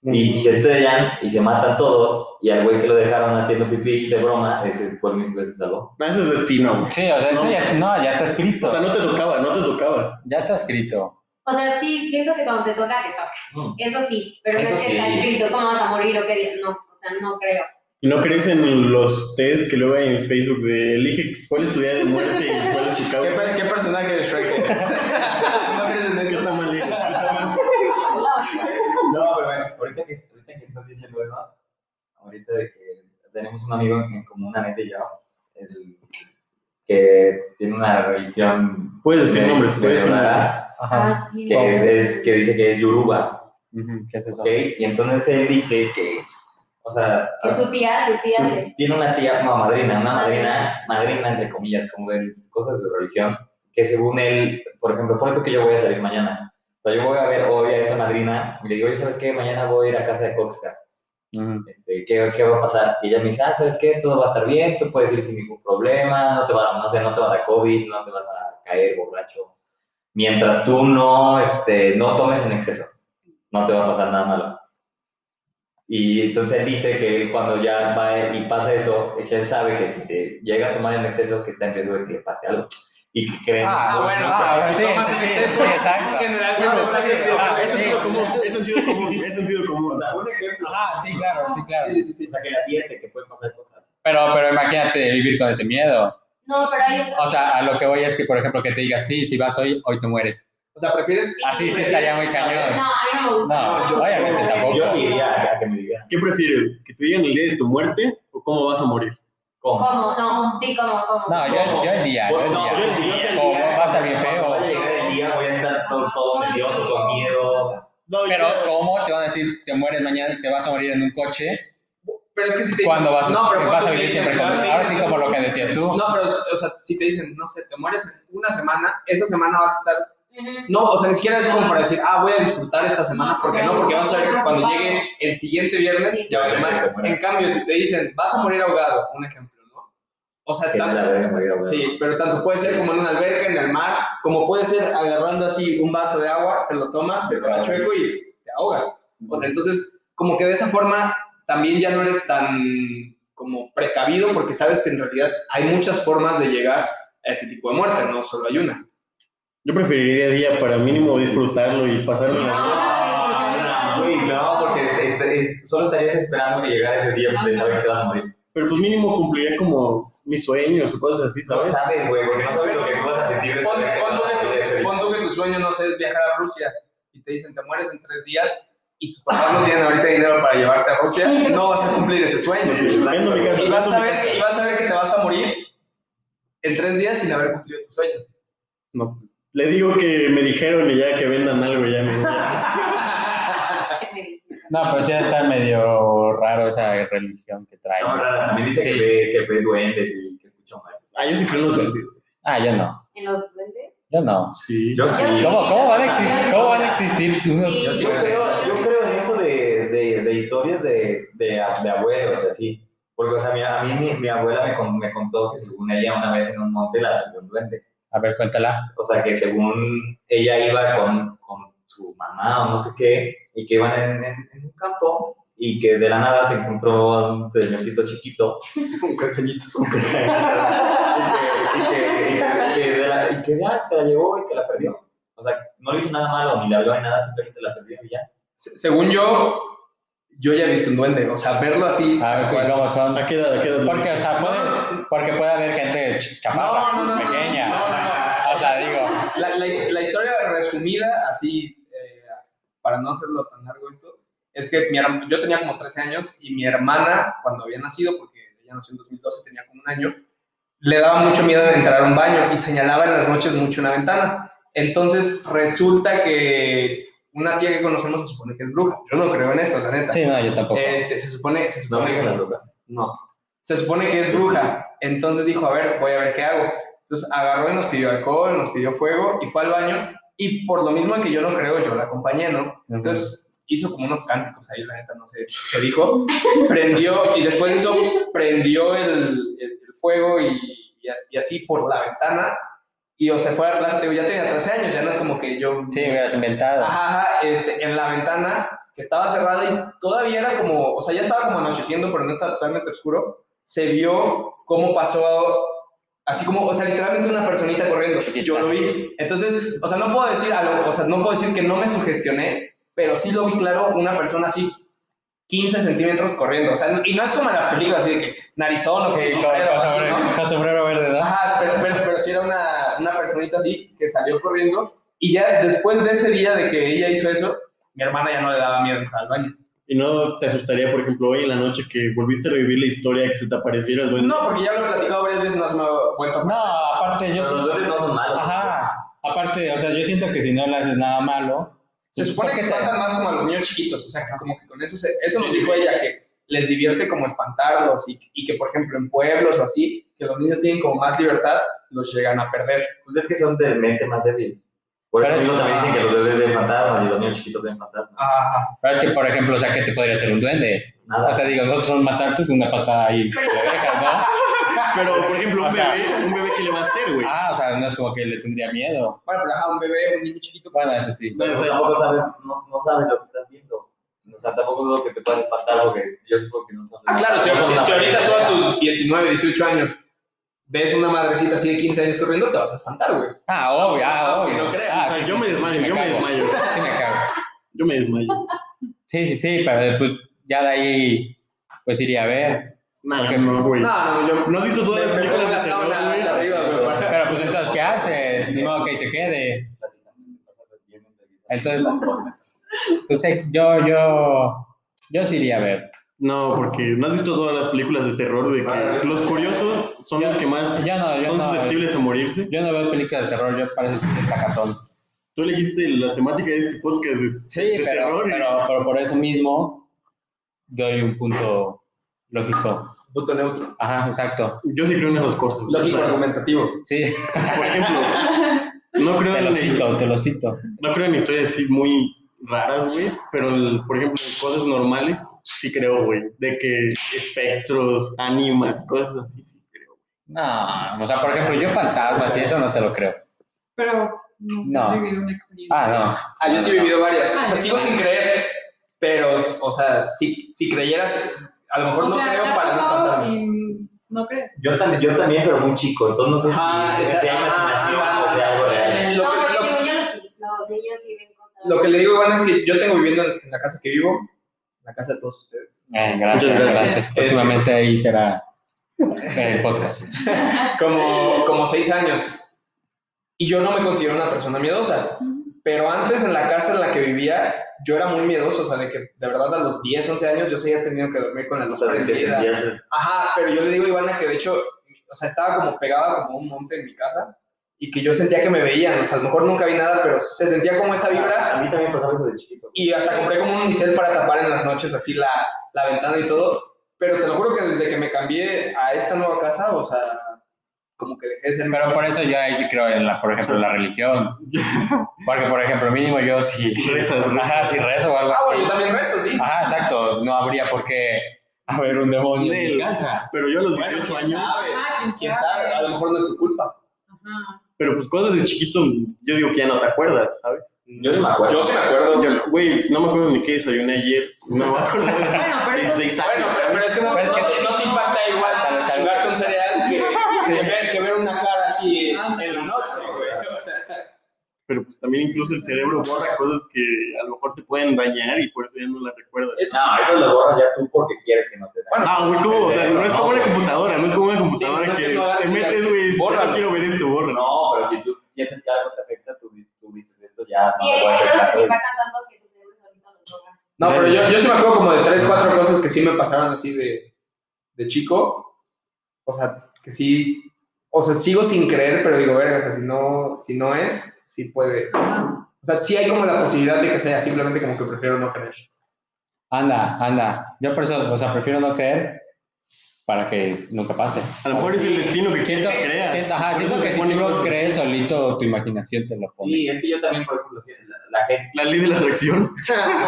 Speaker 3: y, y se estrellan y se matan todos y al güey que lo dejaron haciendo pipí de broma, ese por mí pues se salvó.
Speaker 2: No, Ah, eso es destino, güey.
Speaker 1: Sí, o sea, eso
Speaker 2: No.
Speaker 1: ya, no, ya está escrito.
Speaker 2: O sea, no te tocaba, no te tocaba.
Speaker 1: Ya está escrito.
Speaker 6: O sea, sí, siento que cuando te toca, te toca.
Speaker 3: Mm.
Speaker 6: Eso sí, pero
Speaker 3: Eso
Speaker 6: no es que está
Speaker 3: sí.
Speaker 6: escrito cómo vas a morir o qué día. No, o sea, no creo.
Speaker 2: ¿Y no crees en los test que luego hay en Facebook de elige cuál es tu día de muerte y cuál es tu
Speaker 1: *laughs*
Speaker 5: ¿Qué,
Speaker 2: causa?
Speaker 5: per- qué personaje de Shrek *laughs* eres? no crees en
Speaker 2: ¿Qué
Speaker 5: eso.
Speaker 2: está mal eres?
Speaker 3: No, pero bueno, ahorita que, ahorita que estás diciendo eso, ahorita de que tenemos un amigo en común, Anete y yo, el- que tiene una religión...
Speaker 2: Puedes decir
Speaker 3: medio-
Speaker 2: nombres, puedes decir
Speaker 3: medio rara,
Speaker 1: Ajá.
Speaker 6: Ah, sí.
Speaker 3: Que, es, es- que dice que es Yoruba,
Speaker 1: Ujú, ¿Qué es eso?
Speaker 3: ¿ok? Y entonces él dice que, o sea...
Speaker 6: Que su tía, su tía.
Speaker 3: Su- tiene una tía, no, madrina, una madrina,
Speaker 6: Madrina.
Speaker 3: madrina entre comillas, como de las cosas de su religión, que según él, por ejemplo, ponle tú que yo voy a salir mañana. O sea, yo voy a ver hoy a esa madrina y le digo, oye, ¿sabes qué? Mañana voy a ir a casa de Coxca.
Speaker 1: Ujú.
Speaker 3: Este, ¿qué, ¿Qué va a pasar? Y ella me dice, ah, ¿sabes qué? Todo va a estar bien, tú puedes ir sin ningún problema, no te va, a- no sé, no te va a dar COVID, no te vas a caer borracho. Mientras tú no, este, no tomes en exceso, no te va a pasar nada malo. Y entonces él dice que él cuando ya va y pasa eso, que él sabe que si se llega a tomar en exceso, que está en riesgo de que le pase algo. Y que creen...
Speaker 1: Ah, bueno, ah,
Speaker 5: pero si
Speaker 1: sí,
Speaker 5: tomas
Speaker 1: sí,
Speaker 5: en
Speaker 1: sí,
Speaker 5: exceso,
Speaker 1: sí, exacto.
Speaker 5: Generalmente
Speaker 1: Bueno,
Speaker 5: estás
Speaker 1: sí,
Speaker 5: en riesgo.
Speaker 1: ah,
Speaker 2: Es
Speaker 1: sí.
Speaker 2: sentido común, es sentido común, es sentido común.
Speaker 3: O sea, un ejemplo.
Speaker 1: Ah, sí, claro, sí, claro.
Speaker 3: Sí, sí, sí, o sea, que la advierte que pueden pasar cosas.
Speaker 1: Pero, pero imagínate vivir con ese miedo.
Speaker 6: No, pero hay otro.
Speaker 1: O sea, a lo que voy es que, por ejemplo, que te diga, sí, si vas hoy, hoy te mueres.
Speaker 5: O sea, prefieres.
Speaker 1: Así Ah, sí estaría muy
Speaker 6: No,
Speaker 1: cañón.
Speaker 6: a mí no me gusta.
Speaker 1: No, yo- obviamente tampoco.
Speaker 3: Yo sí iría a que me digan
Speaker 2: ¿Qué prefieres? ¿Que te digan el día de tu muerte o cómo vas a morir?
Speaker 3: cómo.
Speaker 6: ¿Cómo? No, sí, ¿cómo? ¿Cómo?
Speaker 1: No, yo, yo el día, yo el
Speaker 3: No, yo
Speaker 1: día.
Speaker 3: si yo sé el
Speaker 1: Como
Speaker 3: día,
Speaker 1: va a estar bien
Speaker 3: cuando
Speaker 1: feo.
Speaker 3: vaya a llegar el día voy a estar todo, todo nervioso, con miedo.
Speaker 2: No, yo-
Speaker 1: Pero, ¿cómo te van a decir, te mueres mañana, te vas a morir en un coche?
Speaker 5: Pero es que si te
Speaker 1: ¿Cuándo vas,
Speaker 5: No, pero
Speaker 1: vas a
Speaker 5: cuando
Speaker 1: vivir
Speaker 5: te
Speaker 1: siempre
Speaker 5: dicen-
Speaker 1: con
Speaker 5: cuando te
Speaker 1: Ahora sí,
Speaker 5: dicen-
Speaker 1: como lo que decías tú.
Speaker 5: No, pero, o sea, si te dicen, no sé, te mueres en una semana, esa semana vas a estar
Speaker 6: Ujú.
Speaker 5: No, o sea, ni siquiera es como para decir, ah, voy a disfrutar esta semana, porque no, porque vas a ver que cuando llegue el siguiente viernes, ya va a llamar. En cambio, si te dicen, vas a morir ahogado, un ejemplo, ¿no? O sea,
Speaker 3: Que la
Speaker 5: tanto,
Speaker 3: verga, morir ahogado.
Speaker 5: sí, pero tanto puede ser como en una alberca, en el mar, como puede ser agarrando así un vaso de agua, te lo tomas, se te da chueco y te ahogas. O sea, entonces, como que de esa forma también ya no eres tan como precavido, porque sabes que en realidad hay muchas formas de llegar a ese tipo de muerte, no solo hay una.
Speaker 2: Yo preferiría día para mínimo disfrutarlo y pasarlo.
Speaker 6: No, no,
Speaker 3: Uy, no, porque este- este- es- solo estarías esperando que llegara ese día de saber que te vas a morir.
Speaker 2: Pero pues mínimo cumpliría como mis sueños o cosas así,
Speaker 3: No
Speaker 2: ¿sabes?
Speaker 3: sabes, güey, porque no sabes lo que tú vas a sentir de
Speaker 5: Pon,
Speaker 3: saber que te
Speaker 5: pon
Speaker 3: vas a
Speaker 5: tú
Speaker 3: morir
Speaker 5: que
Speaker 3: ese
Speaker 5: tu,
Speaker 3: día.
Speaker 5: pon tú que tu sueño, no sé, es viajar a Rusia y te dicen te mueres en tres días y tus papás no tienen ahorita dinero para llevarte a Rusia, no vas a cumplir ese sueño.
Speaker 2: Vendo mi casa,
Speaker 5: Y vas, a
Speaker 2: vendo mi
Speaker 5: saber
Speaker 2: casa.
Speaker 5: que, y vas a saber que te vas a morir en tres días sin haber cumplido tu sueño.
Speaker 2: No, pues le digo que me dijeron y ya que vendan algo, ya me
Speaker 1: No, pero sí está medio raro esa religión que trae.
Speaker 3: No, rara, también dice
Speaker 1: Sí.
Speaker 3: que, ve, que ve duendes y que escucha
Speaker 2: *laughs* Ah, yo sí creo en los duendes.
Speaker 1: Ah, yo no.
Speaker 6: en los duendes.
Speaker 1: Yo no.
Speaker 2: Sí.
Speaker 5: Yo sí.
Speaker 1: ¿Cómo, cómo van, a existir, cómo van a existir unos-
Speaker 6: Sí.
Speaker 3: Yo creo, yo creo en eso de, de, de historias de, de, de abuelos, y así. Porque, o sea, mi- a mí mi, mi abuela me, con- me contó que según ella una vez en un monte la atacó un duende.
Speaker 1: A ver, cuéntala.
Speaker 3: O sea, que según ella iba con, con su mamá o no sé qué, y que iban en, en- en un campo y que de la nada se encontró a un señorcito chiquito.
Speaker 5: Un cartelito.
Speaker 3: y que, y que- y que- y que de la- y que ya se la llevó y que la perdió. O sea, no le hizo nada malo, ni le habló ni nada, simplemente la perdió y ya.
Speaker 5: Se- Según yo, yo ya he visto un duende. O sea, verlo así.
Speaker 1: A ver, ¿cuál- ¿cómo son?
Speaker 2: ¿A qué edad? ¿A qué edad?
Speaker 1: Porque, o sea, puede, porque puede haber gente ch- chaparra,
Speaker 5: No, no, no, no,
Speaker 1: pequeña.
Speaker 5: no, no,
Speaker 1: O sea, digo,
Speaker 5: La, la his- la historia resumida, así, eh, para no hacerlo tan largo esto, es que mi herma- yo tenía como 13 años y mi hermana, cuando había nacido, porque ella nació en 2012, tenía como un año, le daba mucho miedo de entrar a un baño y señalaba en las noches mucho una ventana. Entonces resulta que una tía que conocemos se supone que es bruja. Yo no creo en eso, la neta.
Speaker 1: sí, no, yo tampoco.
Speaker 5: Este, se supone, se
Speaker 3: No
Speaker 5: supone
Speaker 3: me
Speaker 5: que-
Speaker 3: digas las brujas.
Speaker 5: No. Se supone que es bruja. Entonces dijo, a ver, voy a ver qué hago. Entonces agarró y nos pidió alcohol, nos pidió fuego y fue al baño. Y por lo mismo que yo no creo, yo la acompañé, ¿no? Entonces hizo como unos cánticos ahí, la neta, no sé qué dijo. *laughs* Prendió y después de eso prendió el, el- el fuego y, y as- y así por la ventana. Y o sea, fue a la, te digo, ya tenía 13 años, ya no es como que yo
Speaker 1: Sí, me hubieras inventado.
Speaker 5: Ajá, ajá, este, en la ventana que estaba cerrada y todavía era como, o sea, ya estaba como anocheciendo, pero no estaba totalmente oscuro. Se vio cómo pasó, así como, o sea, literalmente una personita corriendo.
Speaker 1: Chiquita.
Speaker 5: Yo lo vi. Entonces, o sea, no puedo decir algo, o sea, no puedo decir que no me sugestioné, pero sí lo vi claro, una persona así. 15 centímetros corriendo, o sea, y no es como en las películas, así de que narizón, o
Speaker 1: Sí,
Speaker 5: sea,
Speaker 1: con,
Speaker 5: sombrero,
Speaker 1: con
Speaker 5: así,
Speaker 1: sombrero,
Speaker 5: ¿no?
Speaker 1: con sombrero verde, ¿no?
Speaker 5: Ajá, pero, pero, pero sí era una, una personita así que salió corriendo. Y ya después de ese día de que ella hizo eso, mi hermana ya no le daba miedo entrar al baño.
Speaker 2: ¿Y no te asustaría, por ejemplo, hoy en la noche que volviste a revivir la historia que se te apareciera el duende?
Speaker 5: No, porque ya lo he platicado varias veces, no se me ha vuelto.
Speaker 1: No, aparte yo
Speaker 3: Pero los duendes no son malos.
Speaker 1: Ajá. Aparte, o sea, yo siento que si no le haces nada malo,
Speaker 5: Se supone que espantan más como a los niños chiquitos, o sea, que como que con eso, se- eso nos dijo ella, que les divierte como espantarlos y, y que, por ejemplo, en pueblos o así, que los niños tienen como más libertad, los llegan a perder.
Speaker 3: Pues es que son de mente más débil. Por
Speaker 1: Pero-
Speaker 3: eso mismo también dicen que los bebés ven fantasmas y los niños chiquitos ven fantasmas.
Speaker 5: Ajá.
Speaker 1: pero es que, por ejemplo, o sea, ¿qué te podría hacer un duende?
Speaker 3: Nada.
Speaker 1: O sea, digo, nosotros somos más altos de una pata
Speaker 5: *laughs*
Speaker 1: ahí de orejas, ¿no?
Speaker 2: Pero, *laughs* por ejemplo, un
Speaker 1: O sea-
Speaker 2: bebé, un bebé que le va a hacer, güey.
Speaker 1: Ah, o sea, no es como que le tendría miedo.
Speaker 5: Bueno, pero ajá, un bebé, un niño chiquito.
Speaker 1: Bueno, eso sí.
Speaker 3: Pero tú tampoco sabes, no, no sabes lo que estás viendo. O sea, tampoco dudo que te puedas espantar porque yo supongo que no son...
Speaker 5: Ah, claro, si,
Speaker 3: no son
Speaker 5: si,
Speaker 3: una
Speaker 5: si ahorita tú a
Speaker 3: pareja.
Speaker 5: tus 19, 18 años ves una madrecita así de 15 años corriendo, te vas a espantar, güey.
Speaker 1: Ah, obvio, ah, obvio.
Speaker 5: No creas,
Speaker 1: Ah,
Speaker 2: o sea,
Speaker 1: sí,
Speaker 2: yo
Speaker 1: sí, sí,
Speaker 2: me
Speaker 1: sí,
Speaker 2: desmayo, yo me
Speaker 1: cago.
Speaker 2: desmayo.
Speaker 1: Sí, me cago.
Speaker 2: Yo me desmayo.
Speaker 1: Sí, sí, sí, pero después ya de ahí, pues iría a ver.
Speaker 2: Nada,
Speaker 1: Porque-
Speaker 2: no, güey.
Speaker 5: No, no, yo
Speaker 2: ¿No has visto todas las
Speaker 5: Me- me
Speaker 2: películas
Speaker 5: pongo
Speaker 2: de
Speaker 5: la
Speaker 2: terror,
Speaker 5: sábana
Speaker 2: güey?
Speaker 5: hasta arriba, güey.
Speaker 1: Pero pues entonces, ¿qué haces? Ni modo que ahí se quede. Entonces, pues eh, yo, yo, yo sí iría a ver.
Speaker 2: No, porque no has visto todas las películas de terror de
Speaker 3: Vale.
Speaker 2: que los curiosos son los que más
Speaker 1: Yo no, yo
Speaker 2: son
Speaker 1: no.
Speaker 2: susceptibles a morirse.
Speaker 1: Yo no veo películas de terror, yo parece que sacatón.
Speaker 2: Tú elegiste la temática de este podcast de,
Speaker 1: Sí,
Speaker 2: de
Speaker 1: pero,
Speaker 2: terror. y-
Speaker 1: pero, pero por eso mismo doy un punto lógico.
Speaker 5: Punto neutro.
Speaker 1: Ajá, exacto.
Speaker 2: Yo sí creo en esos costos.
Speaker 5: Lógico
Speaker 2: O sea,
Speaker 5: argumentativo.
Speaker 1: Sí,
Speaker 2: por ejemplo, no creo,
Speaker 1: te lo
Speaker 2: en,
Speaker 1: cito, te lo cito.
Speaker 2: no creo en historias así muy raras, güey, pero el- por ejemplo en cosas normales sí creo, güey, de que espectros, ánimas, cosas así sí creo.
Speaker 1: No, o sea, por ejemplo, yo fantasmas y eso no te lo creo.
Speaker 4: Pero no,
Speaker 1: No.
Speaker 4: he vivido una experiencia.
Speaker 1: Ah,
Speaker 5: Ah, yo sí he vivido varias. O
Speaker 4: Ah,
Speaker 5: sea,
Speaker 4: sí.
Speaker 5: sigo sin creer, pero, o sea, si, si creyeras, a lo mejor
Speaker 4: O
Speaker 5: no
Speaker 4: sea,
Speaker 5: creo
Speaker 4: te ha
Speaker 5: para no
Speaker 4: pasado
Speaker 5: espantarme.
Speaker 4: y no crees.
Speaker 3: Yo también, yo también, pero muy chico, entonces no sé si,
Speaker 5: Ajá, ah,
Speaker 3: si sea
Speaker 5: exacto.
Speaker 3: imaginación
Speaker 5: Ajá,
Speaker 3: o sea algo real.
Speaker 5: ajá. Lo
Speaker 6: No,
Speaker 5: que-
Speaker 6: porque
Speaker 5: lo-
Speaker 6: digo, yo los chi- los niños sí ven cosas.
Speaker 5: Lo que le digo, Iván, es que yo tengo viviendo en en la casa que vivo, en la casa de todos ustedes.
Speaker 1: no. Eh, gracias,
Speaker 2: Muchas gracias.
Speaker 1: gracias. Próximamente ahí será el podcast.
Speaker 2: *laughs*
Speaker 5: Como, como seis años. Y yo no me considero una persona miedosa. Pero antes en la casa en la que vivía, yo era muy miedoso, o sea, de que de verdad a los 10, 11 años yo sí había tenido que dormir con la
Speaker 3: O
Speaker 5: luz
Speaker 3: sea, de que
Speaker 5: prendida.
Speaker 3: sentías-
Speaker 5: Ajá, pero yo le digo a Ivana que de hecho, o sea, estaba como pegada como un monte en mi casa y que yo sentía que me veían, o sea, a lo mejor nunca vi nada, pero se sentía como esa
Speaker 3: A
Speaker 5: vibra
Speaker 3: mí también pasaba eso de chiquito.
Speaker 5: y hasta compré como un unicel para tapar en las noches así la, la ventana y todo, pero te lo juro que desde que me cambié a esta nueva casa, o sea, como que dejé de ser.
Speaker 1: Pero por eso yo ahí sí creo en la, por ejemplo, en la religión. Porque, por ejemplo, mínimo yo si
Speaker 2: *laughs* Rezas, rezas.
Speaker 1: Ajá, si rezo o algo
Speaker 5: Ah,
Speaker 1: así.
Speaker 5: bueno, yo también rezo, sí.
Speaker 1: Ajá, exacto. No habría por qué haber un demonio en mi
Speaker 2: Nel.
Speaker 1: casa.
Speaker 2: Pero yo a los
Speaker 5: Bueno,
Speaker 2: 18
Speaker 5: quién
Speaker 2: años,
Speaker 5: sabe,
Speaker 4: Ah, quién
Speaker 5: quién
Speaker 4: sabe.
Speaker 5: sabe, a lo mejor no es tu culpa.
Speaker 4: Ajá.
Speaker 2: pero pues cosas de chiquito, yo digo que ya no te acuerdas, ¿sabes?
Speaker 3: Yo sí me acuerdo.
Speaker 5: Yo sí me acuerdo.
Speaker 2: Yo, güey, no me acuerdo ni qué desayuné ayer. No me acuerdo de eso.
Speaker 4: *laughs* Bueno, pero eso-
Speaker 2: 16 años.
Speaker 5: Bueno, pues. pero, pero es que no,
Speaker 1: Pero es que-
Speaker 5: no te- no te impacta igual
Speaker 1: Tal vez algo.
Speaker 5: chingarte un cereal que, que ver, que ver una cara así en la noche, güey.
Speaker 2: pero pues también incluso el cerebro borra cosas que a lo mejor te pueden dañar y por eso ya no las recuerdas.
Speaker 3: No, eso lo borras ya tú porque quieres que no te dañe.
Speaker 2: No, güey, ¿cómo? O sea, no es como una
Speaker 3: güey.
Speaker 2: computadora, no es como una
Speaker 5: Sí,
Speaker 2: computadora
Speaker 5: no es
Speaker 2: que
Speaker 5: que no hagas
Speaker 2: te
Speaker 5: y
Speaker 2: metes,
Speaker 5: ya-
Speaker 2: güey, dices, yo no
Speaker 5: bórralo.
Speaker 2: quiero ver esto, borra.
Speaker 3: No, pero si tú sientes que algo te afecta, tú, dices- tú dices esto ya.
Speaker 6: Sí,
Speaker 3: no le
Speaker 6: hay
Speaker 3: voy a hacer
Speaker 6: cosas
Speaker 3: caso
Speaker 6: que
Speaker 3: y-
Speaker 6: va cantando que tu cerebro solito lo toca.
Speaker 5: No, pero yo, yo sí me acuerdo como de tres, cuatro cosas que sí me pasaron así de, de chico. O sea, que sí. O sea, sigo sin creer, pero digo, verga, o sea, si no, si no es, sí puede. O sea, sí hay como la posibilidad de que sea, simplemente como que prefiero no
Speaker 2: *laughs*
Speaker 5: creer.
Speaker 1: Anda, anda. Yo por eso, o sea, prefiero no creer para que nunca pase.
Speaker 2: A lo mejor es el destino que quieres
Speaker 1: Siento,
Speaker 2: que creas.
Speaker 1: siento, ajá,
Speaker 2: Por eso
Speaker 1: siento
Speaker 2: te
Speaker 1: que si tú
Speaker 2: pone
Speaker 1: lo
Speaker 2: cosas.
Speaker 1: crees solito, tu imaginación te lo pone.
Speaker 3: Sí, es que yo también, por ejemplo, sí, la, la gente.
Speaker 2: La ley de la atracción.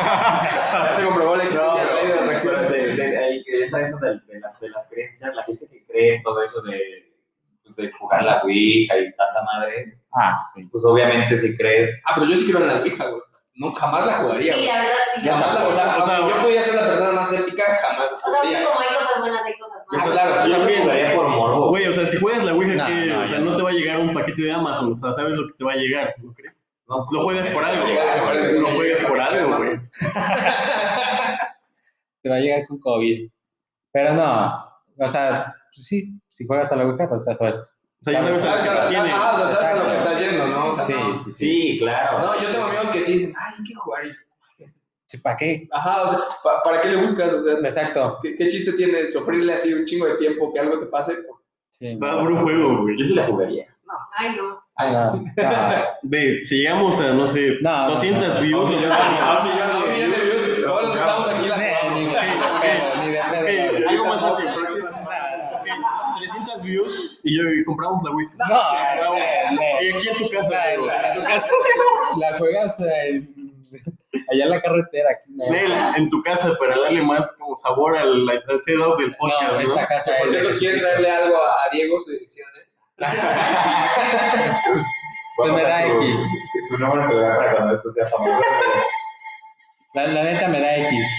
Speaker 5: Ya se comprobó la existencia de la ley de la atracción.
Speaker 3: pero de- de- ahí que entra eso del- de, la- de las creencias, la gente que cree en todo eso de, pues, de jugar la Ouija y tanta madre,
Speaker 1: Ah, sí.
Speaker 3: pues obviamente si crees.
Speaker 5: Ah, pero yo sí creo en la Ouija, güey. No, jamás la jugaría,
Speaker 6: Sí,
Speaker 5: güey.
Speaker 6: la verdad, sí.
Speaker 5: Jamás la, o sea,
Speaker 2: O sea,
Speaker 5: aunque yo pudiera ser la persona más ética, jamás la
Speaker 6: O sea,
Speaker 5: jugaría.
Speaker 6: así como hay cosas buenas, hay cosas malas.
Speaker 5: Ah, claro,
Speaker 3: Yo
Speaker 2: también.
Speaker 3: también lo haría por morbo.
Speaker 2: Güey, o sea, si juegas la Ouija,
Speaker 1: No,
Speaker 2: ¿qué?
Speaker 1: no,
Speaker 2: o sea,
Speaker 1: ya
Speaker 2: no
Speaker 1: no.
Speaker 2: te va a llegar un paquete de Amazon, o sea, sabes lo que te va a llegar, ¿no crees?
Speaker 3: No,
Speaker 2: Lo juegas por algo,
Speaker 5: Llegar,
Speaker 2: lo juegas por
Speaker 5: llegar,
Speaker 2: algo,
Speaker 5: llegar,
Speaker 2: güey.
Speaker 1: Te va a llegar con COVID. Pero no, o sea, pues sí, si juegas a la Ouija, pues eso es.
Speaker 2: O sea, ya sabes a lo
Speaker 5: Sabes
Speaker 2: que
Speaker 5: a,
Speaker 2: te
Speaker 5: la-
Speaker 2: tiene.
Speaker 5: ah, o sea, sabes a lo que
Speaker 1: Exacto.
Speaker 5: estás yendo, ¿no? O sea,
Speaker 1: Sí,
Speaker 5: no.
Speaker 1: sí, sí.
Speaker 3: Sí, claro.
Speaker 5: No, yo tengo amigos que sí dicen, ay, hay que jugar.
Speaker 1: ¿Para qué?
Speaker 5: Ajá, o sea, ¿pa- ¿para qué le buscas? O sea,
Speaker 1: Exacto.
Speaker 5: ¿qué, qué chiste tiene sufrirle así un chingo de tiempo que algo te pase?
Speaker 1: Sí,
Speaker 2: Va
Speaker 1: no.
Speaker 2: por un juego, güey.
Speaker 3: Yo sí la
Speaker 5: *laughs*
Speaker 3: jugaría.
Speaker 6: Ay, no.
Speaker 1: Ay, no, no.
Speaker 2: Ve, si llegamos a, no sé,
Speaker 1: No, no,
Speaker 2: 200
Speaker 1: no.
Speaker 2: views, nos
Speaker 3: *laughs*
Speaker 2: vamos.
Speaker 5: Ah, un millón de views, todos los que estamos aquí la
Speaker 1: Ni de
Speaker 5: jugamos.
Speaker 1: pedo, ni de pedo, ni de
Speaker 2: Ok,
Speaker 1: pedo.
Speaker 2: algo más fácil, próxima semana. Ok, 300 views y yo y compramos la Ouija.
Speaker 1: No,
Speaker 2: Ok, bravo.
Speaker 1: no.
Speaker 2: Y aquí en tu casa,
Speaker 1: No,
Speaker 2: güey,
Speaker 1: no,
Speaker 2: en tu
Speaker 1: no.
Speaker 2: casa.
Speaker 1: La juegas eh, allá en la carretera, aquí no.
Speaker 2: Nel, en tu casa para darle más como sabor al, al setup del podcast,
Speaker 1: No,
Speaker 2: ¿no?
Speaker 1: esta casa
Speaker 5: Por
Speaker 1: es. de
Speaker 5: cierto, si quieren
Speaker 1: Jesucristo.
Speaker 5: traerle algo a a Diego, su dirección eh? es.
Speaker 1: Pues me da
Speaker 3: Su-
Speaker 1: X.
Speaker 3: Su nombre se lo da para cuando esto sea famoso.
Speaker 1: La, la neta me da X.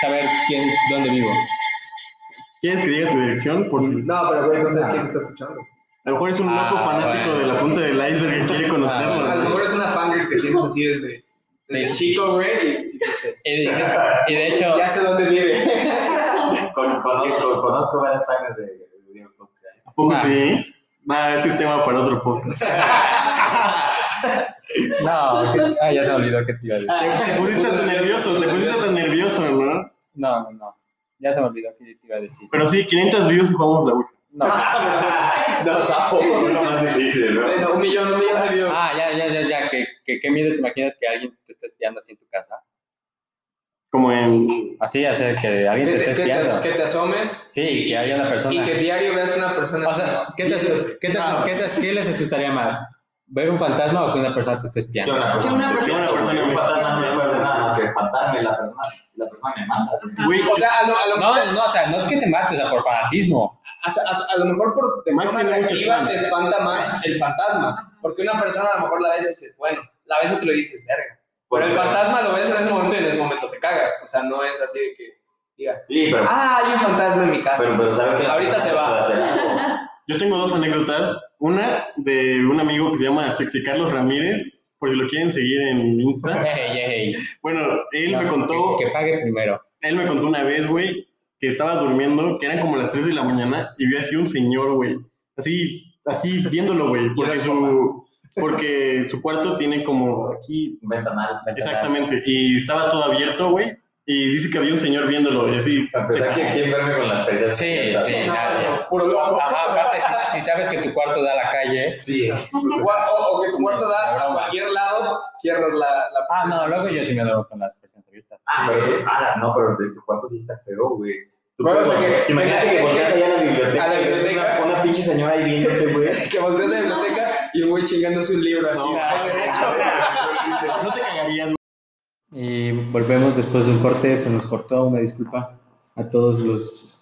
Speaker 1: Saber quién, dónde vivo.
Speaker 2: ¿Quieres que diga tu dirección? Por si-
Speaker 5: No, pero güey, no sabes quién está escuchando.
Speaker 2: A lo mejor es un
Speaker 1: Ah,
Speaker 2: loco fanático
Speaker 1: bueno. Ah,
Speaker 2: de la punta del iceberg que quiere
Speaker 5: A lo
Speaker 2: conocerla.
Speaker 5: mejor es una fangirl que tienes así desde, desde
Speaker 1: Sí.
Speaker 5: chico, güey, y, y dice,
Speaker 1: Y de, y de hecho,
Speaker 5: *laughs* ya sé dónde vive.
Speaker 3: Con- Conozco, conozco varias páginas de de Diego Cox.
Speaker 2: ¿A poco
Speaker 1: Ah.
Speaker 2: sí? Va, ese es tema para otro podcast.
Speaker 1: no, que- ah, ya se me olvidó que te iba a decir.
Speaker 2: Te pusiste tan nervioso, te pusiste tan nervioso, ¿no?
Speaker 1: No, no, no. Ya se me olvidó que te iba a decir.
Speaker 2: Pero sí, 500 views jugamos la Ouija.
Speaker 1: No.
Speaker 5: No, zafo.
Speaker 3: Es lo más difícil, ¿no?
Speaker 5: Bueno, un millón, un millón de views.
Speaker 1: Ah, ya, ya, ya, ya. Que, que, ¿Qué miedo te imaginas que alguien te esté espiando así en tu casa?
Speaker 2: Como en...
Speaker 1: Así, hacer que
Speaker 5: que,
Speaker 1: alguien te
Speaker 5: te,
Speaker 1: esté
Speaker 5: que te-
Speaker 1: espiando.
Speaker 5: que te asomes
Speaker 1: Sí, que haya una persona.
Speaker 5: y que diario veas una persona.
Speaker 1: O sea, ¿qué, te, qué, te,
Speaker 2: Ah.
Speaker 1: qué, te- qué les asustaría más? ¿Ver un fantasma o que una persona te esté
Speaker 3: Que
Speaker 1: espiando?
Speaker 3: una persona,
Speaker 2: Que una persona
Speaker 3: me
Speaker 2: me-
Speaker 3: fantasma no puede hacer nada más que espantarme, la persona, la persona me mata.
Speaker 2: Güey,
Speaker 5: o sea, a lo, a lo,
Speaker 1: No, no, no, o sea, no que te mates, o sea, por fanatismo.
Speaker 5: a, a- a lo mejor por de
Speaker 2: Max
Speaker 5: forma
Speaker 2: tiene muchos
Speaker 5: reactiva
Speaker 2: fans.
Speaker 5: te espanta más el fantasma. Porque una persona a lo mejor la ves y dices, bueno, la ves y te lo dices, verga. Pero el fantasma lo ves en ese momento y en ese momento te cagas. O sea, no es así de que digas,
Speaker 3: Sí, pero,
Speaker 5: ah, hay un fantasma en mi casa.
Speaker 3: pero pues sabes que la
Speaker 5: Ahorita se
Speaker 3: persona
Speaker 5: va.
Speaker 3: puede hacer algo.
Speaker 2: Yo tengo dos anécdotas. Una de un amigo que se llama Sexy Carlos Ramírez, por si lo quieren seguir en Insta.
Speaker 1: Ey, ey, ey.
Speaker 2: Bueno, él me
Speaker 1: No,
Speaker 2: contó,
Speaker 1: Que, que pague primero.
Speaker 2: él me contó una vez, güey, que estaba durmiendo, que eran como las 3 de la mañana, y vio así un señor, güey. Así, así viéndolo, güey. Porque su, porque su cuarto tiene como aquí
Speaker 3: Un ventanal.
Speaker 1: Vete a dar.
Speaker 2: Exactamente, y estaba todo abierto, güey. Y dice que había un señor viéndolo, y así.
Speaker 3: Para
Speaker 2: se cagó.
Speaker 3: empezar, ¿quién, quién duerme con las persianas?
Speaker 1: Sí,
Speaker 3: abiertas?
Speaker 1: sí,
Speaker 5: No,
Speaker 1: nadie.
Speaker 5: puro loco.
Speaker 1: Ajá, aparte, si, si sabes que tu cuarto da a la calle.
Speaker 3: Sí.
Speaker 5: O, o- o que tu cuarto da a cualquier lado, cierras la, la
Speaker 1: Ah, no, luego yo sí me duermo con las personas abiertas.
Speaker 3: Ah, pero, ah, no, pero de tu cuarto sí está feo, güey.
Speaker 2: tu
Speaker 5: Bueno, o
Speaker 2: prueba.
Speaker 5: sea que-
Speaker 3: Imagínate que volteas allá a la biblioteca.
Speaker 5: A la
Speaker 3: y ves
Speaker 5: biblioteca.
Speaker 3: Una, una pinche señora ahí viéndote, güey.
Speaker 5: Que volteas a la biblioteca y un güey chingándose un libro así.
Speaker 2: No,
Speaker 5: Ay,
Speaker 2: de hecho, güey, no te cagarías,
Speaker 1: Y volvemos después de un corte, se nos cortó, una disculpa a todos los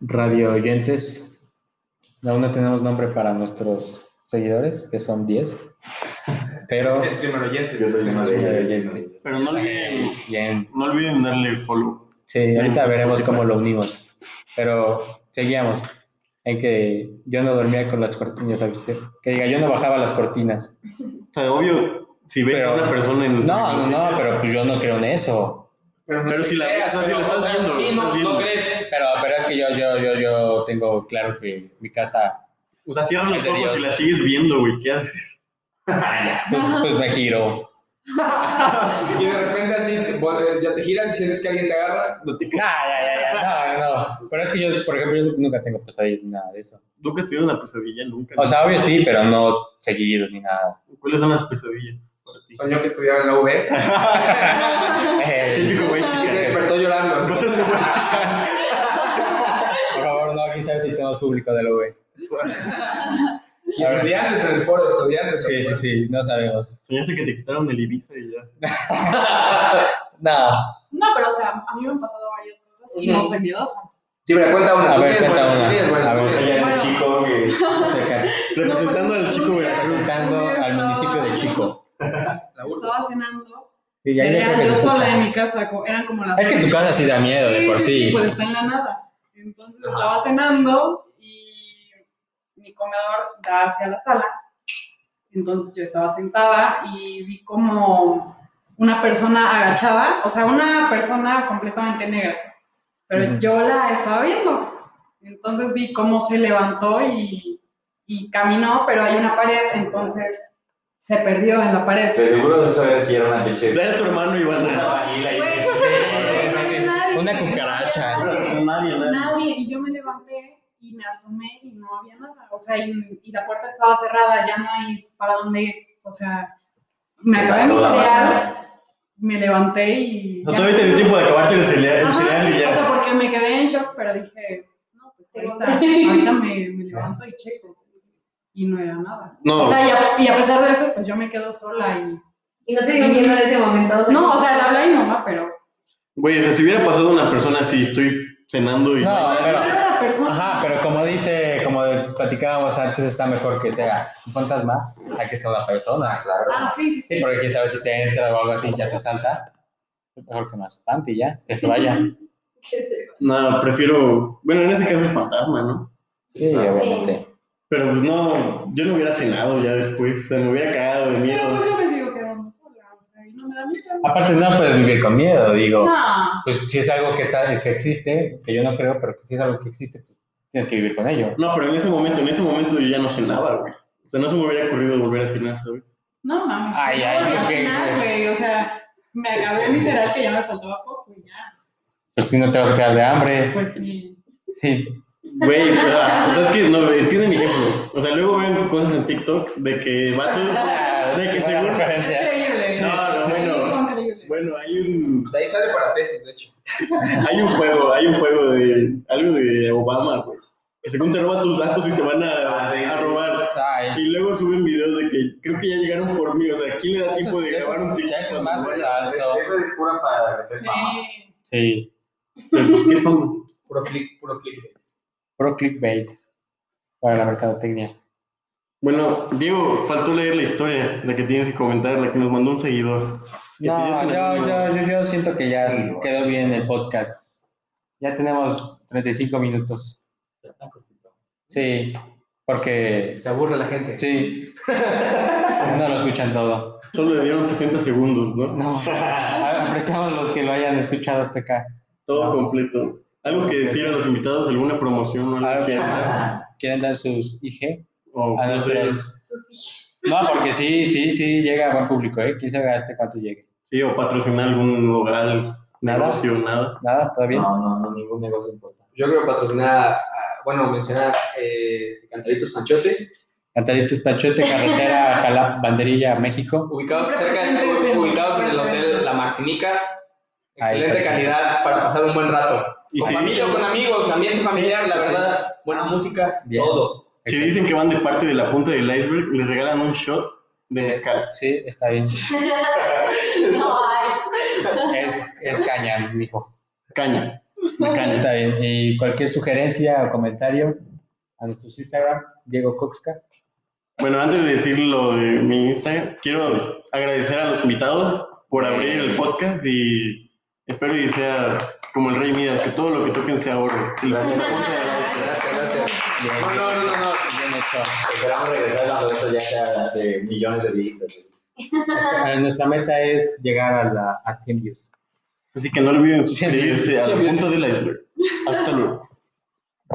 Speaker 1: radio oyentes. Aún no tenemos nombre para nuestros seguidores, que son 10.
Speaker 5: *laughs*
Speaker 1: Pero
Speaker 5: Streamer oyente.
Speaker 3: Yo soy una de ellas.
Speaker 2: Pero no olviden,
Speaker 1: bien,
Speaker 2: no olviden darle follow.
Speaker 1: sí, ahorita veremos cómo lo unimos. Pero seguíamos en que yo no dormía con las cortinas, ¿sabes? qué? Que diga, yo no bajaba las cortinas.
Speaker 2: O sea, obvio, si ves a
Speaker 1: Pero-
Speaker 2: una persona en
Speaker 1: No, no, pero pues yo no creo en eso.
Speaker 5: Pero,
Speaker 2: Pero si la-
Speaker 5: creas,
Speaker 2: o sea, si la
Speaker 5: pero,
Speaker 2: estás
Speaker 5: o sea,
Speaker 2: viendo,
Speaker 5: Sí,
Speaker 2: estás
Speaker 5: no,
Speaker 2: viendo.
Speaker 5: no crees.
Speaker 1: Pero, pero es que yo, yo, yo, yo tengo claro que mi casa,
Speaker 2: O sea, cierras los
Speaker 1: Ay, de
Speaker 2: ojos y
Speaker 1: Dios.
Speaker 2: la sigues viendo, güey. ¿Qué haces?
Speaker 1: pues, pues me giro.
Speaker 5: Y de repente así, te- vol- ya te giras y sientes que alguien te agarra.
Speaker 2: No te
Speaker 1: No,
Speaker 2: ca-
Speaker 1: no, no, no. Pero es que yo, por ejemplo, yo nunca tengo pesadillas ni nada de eso.
Speaker 2: Nunca te dieron una pesadilla, nunca.
Speaker 1: O sea, obvio sí, pero no seguido ni nada.
Speaker 2: ¿Cuáles son las pesadillas para ti? *laughs*
Speaker 5: Soñó que estudiaba en la UB.
Speaker 1: Eh, *laughs*
Speaker 2: Típico güey,
Speaker 5: Y se
Speaker 2: chica.
Speaker 5: despertó llorando.
Speaker 2: Cosas de güey, chica.
Speaker 1: por favor, no, quizás si tenemos público del UV.
Speaker 5: Y estudiantes en el foro, estudiantes.
Speaker 1: Sí, sí, sí, no sabemos.
Speaker 2: Soñaste que te quitaron el Ibiza y ya.
Speaker 1: No,
Speaker 4: No, pero o sea, a mí me han pasado varias cosas y no soy miedosa.
Speaker 5: Sí, pero cuenta una.
Speaker 1: A
Speaker 5: tú
Speaker 1: ver,
Speaker 5: tienes
Speaker 1: cuenta
Speaker 5: buenas,
Speaker 1: una.
Speaker 5: tú tienes buenas,
Speaker 1: A
Speaker 5: tú
Speaker 1: ver.
Speaker 5: tienes
Speaker 3: Allá el
Speaker 4: Bueno.
Speaker 2: *laughs*
Speaker 3: chico que.
Speaker 1: cerca-
Speaker 2: pues, Representando al chico Veracruz.
Speaker 1: representando al municipio de Chico.
Speaker 5: buenas. La burla.
Speaker 4: Estaba cenando.
Speaker 1: Sí, ahí
Speaker 4: Era
Speaker 1: creo que
Speaker 4: yo
Speaker 1: se escucha.
Speaker 4: sola en mi casa, co- eran como las
Speaker 1: Es que tu
Speaker 4: ocho.
Speaker 1: casa sí da miedo de por sí.
Speaker 4: Pues está en la nada. Entonces estaba cenando y mi comedor da hacia la sala. Entonces yo estaba sentada y vi como una persona agachada, o sea, una persona completamente negra. Pero
Speaker 1: Ujú.
Speaker 4: yo la estaba viendo. Entonces vi cómo se levantó y, y caminó, pero hay una pared, entonces se perdió en la pared.
Speaker 3: De seguro eso era si era una pinche.
Speaker 2: Era tu hermano,
Speaker 3: Una
Speaker 2: Iván.
Speaker 3: vagina
Speaker 4: Güey,
Speaker 3: ahí.
Speaker 1: sí, sí, sí. Una cucaracha.
Speaker 2: Nadie, nadie.
Speaker 4: Nadie, y yo me levanté y me asomé y no había nada, o sea, y, y la puerta estaba cerrada, ya no hay para dónde ir, o sea, me
Speaker 3: Se
Speaker 4: acabé mi
Speaker 3: sacó la
Speaker 4: cereal,
Speaker 3: vagina.
Speaker 4: me levanté y...
Speaker 2: No
Speaker 4: ya.
Speaker 2: todavía te dio tiempo de acabarte el cereal, el
Speaker 4: Ajá,
Speaker 2: cereal y
Speaker 4: O sea,
Speaker 2: ya.
Speaker 4: porque me quedé en shock, pero dije, no, pues ahorita, ahorita me, me levanto y checo, y no era nada.
Speaker 2: No,
Speaker 4: O sea, y a, y a pesar de eso, pues yo me quedo sola y...
Speaker 6: Y no te digo miedo en ese momento. o sea,
Speaker 4: No, o sea, le hablé a mi mamá, pero...
Speaker 2: güey, o sea, si hubiera pasado una persona así, estoy cenando y.
Speaker 1: No, pero-
Speaker 4: Pero era la persona...
Speaker 1: Ajá, pero como dice, como platicábamos antes, está mejor que sea un fantasma a que sea una persona, claro.
Speaker 4: Ah, sí, sí,
Speaker 1: Sí,
Speaker 4: sí.
Speaker 1: porque quién sabe si te entra o algo así, ya te salta. Mejor que más espante y ya, que se vaya.
Speaker 6: que se va.
Speaker 2: No, prefiero. Bueno, en ese caso es fantasma, ¿no?
Speaker 1: Sí, obviamente.
Speaker 2: Pero pues no, yo no hubiera cenado ya después. O sea, me hubiera cagado de
Speaker 4: Pero
Speaker 2: miedo.
Speaker 4: pues yo me sigo quedando sola, o sea, y no me da miedo.
Speaker 2: Ah,
Speaker 1: Aparte, no puedes vivir con miedo, digo.
Speaker 4: No,
Speaker 1: Pues si es algo que, tal, que existe, que yo no creo, pero que si es algo que existe, pues tienes que vivir con ello.
Speaker 2: No, pero en ese momento, en ese momento yo ya no cenaba, güey. O sea, no se me hubiera ocurrido volver a cenar, ¿sabes?
Speaker 4: no mames.
Speaker 1: Ay,
Speaker 4: no
Speaker 1: ay,
Speaker 4: volví a
Speaker 1: ok,
Speaker 4: cenar,
Speaker 1: ok.
Speaker 4: güey. O sea, me acabé mi cereal que ya me faltaba poco y ya.
Speaker 1: Pues si no te vas a quedar de hambre.
Speaker 4: Pues sí.
Speaker 1: Sí.
Speaker 2: Güey, o sea, o sea, es que no, entienden mi ejemplo. O sea, luego ven cosas en TikTok de que
Speaker 4: *laughs*
Speaker 2: vatos. De
Speaker 1: Buena
Speaker 2: que seguro-
Speaker 4: Es
Speaker 1: referencia.
Speaker 2: *laughs*
Speaker 4: increíble.
Speaker 2: No, no, bueno.
Speaker 4: Es increíble.
Speaker 2: Bueno, hay un,
Speaker 5: De ahí sale para tesis, de hecho.
Speaker 2: hay un juego, hay un juego de algo de Obama, güey. Que según te roban tus datos y te van a,
Speaker 3: Ah, sí,
Speaker 2: a
Speaker 3: sí.
Speaker 2: robar.
Speaker 1: Ay,
Speaker 2: Y luego suben videos de que creo que ya llegaron por mí. O sea, ¿quién le da tiempo de
Speaker 1: Eso-
Speaker 2: grabar un
Speaker 1: eso-
Speaker 2: TikTok?
Speaker 1: ya eso es
Speaker 2: cuando
Speaker 1: más
Speaker 2: mueres?
Speaker 1: falso.
Speaker 3: Eso es pura para hacer
Speaker 4: pues,
Speaker 3: mamá.
Speaker 4: Sí.
Speaker 1: Sí.
Speaker 2: Pero, pues, ¿Qué fama?
Speaker 5: Puro clic, puro clic.
Speaker 1: Pro clickbait para la mercadotecnia.
Speaker 2: Bueno, Diego, faltó leer la historia, la que tienes que comentar, la que nos mandó un seguidor. Que pidió
Speaker 1: No,
Speaker 2: su
Speaker 1: yo,
Speaker 2: matrimonio.
Speaker 1: yo, yo, yo siento que ya
Speaker 3: Sí,
Speaker 1: quedó bien el podcast. Ya tenemos 35 minutos. Sí, porque
Speaker 5: Se aburre la gente.
Speaker 1: sí, no lo escuchan todo.
Speaker 2: Solo le dieron 60 segundos, ¿no?
Speaker 1: No, a- apreciamos los que lo hayan escuchado hasta acá.
Speaker 2: Todo
Speaker 1: No.
Speaker 2: completo. Algo que decir a los invitados, alguna promoción o algo
Speaker 1: Ahora *laughs*
Speaker 2: que hacer.
Speaker 1: quieren dar sus IG
Speaker 2: O,
Speaker 1: a
Speaker 2: no sé,
Speaker 1: nuestros.
Speaker 6: Sus hijos.
Speaker 1: No, porque sí, sí, sí, llega a buen público, ¿eh? Quién sabe hasta cuánto llegue.
Speaker 2: sí, o patrocinar algún hogar, negocio, nada.
Speaker 1: Nada, todo bien.
Speaker 3: No, no, no, ningún negocio importante.
Speaker 5: Yo creo que patrocinar, a- a- bueno, mencionar eh, este, Cantaritos Panchote,
Speaker 1: Cantaritos Pachote, carretera, Jalapa, banderilla, México.
Speaker 5: ubicados
Speaker 4: Siempre
Speaker 5: cerca,
Speaker 4: presentes en-
Speaker 5: ubicados en el
Speaker 4: siempre
Speaker 5: hotel
Speaker 4: presentes.
Speaker 5: La Martinica, Excelente calidad para pasar un buen rato.
Speaker 2: Y
Speaker 5: con
Speaker 2: si
Speaker 5: familia,
Speaker 2: dicen-
Speaker 5: con amigos, ambiente familiar, la verdad, buena música,
Speaker 1: Bien.
Speaker 5: todo.
Speaker 2: Si dicen que van de parte de la punta del iceberg, les regalan un shot de mezcal.
Speaker 1: Sí, está bien.
Speaker 6: *laughs* No hay.
Speaker 1: Es, es caña, mijo.
Speaker 2: Caña. De caña.
Speaker 1: Está bien. Y cualquier sugerencia o comentario a nuestros Instagram, Diego Coxca.
Speaker 2: Bueno, antes de decir lo de mi Instagram, quiero agradecer a los invitados por abrir el podcast y espero que sea como el Rey Midas, que todo lo que toquen sea oro. Y
Speaker 3: Gracias.
Speaker 2: la punta del iceberg.
Speaker 5: Gracias, gracias.
Speaker 1: Bien,
Speaker 5: No, no, no, no.
Speaker 1: bien hecho.
Speaker 3: Esperamos regresar cuando esto ya sea de millones de vistas.
Speaker 1: Eh, *laughs* Nuestra meta es llegar a, la, a 100 views.
Speaker 2: Así que no olviden
Speaker 1: Sí, bien.
Speaker 2: suscribirse a
Speaker 1: Sí,
Speaker 2: la
Speaker 1: bien.
Speaker 2: punta del iceberg. Hasta luego.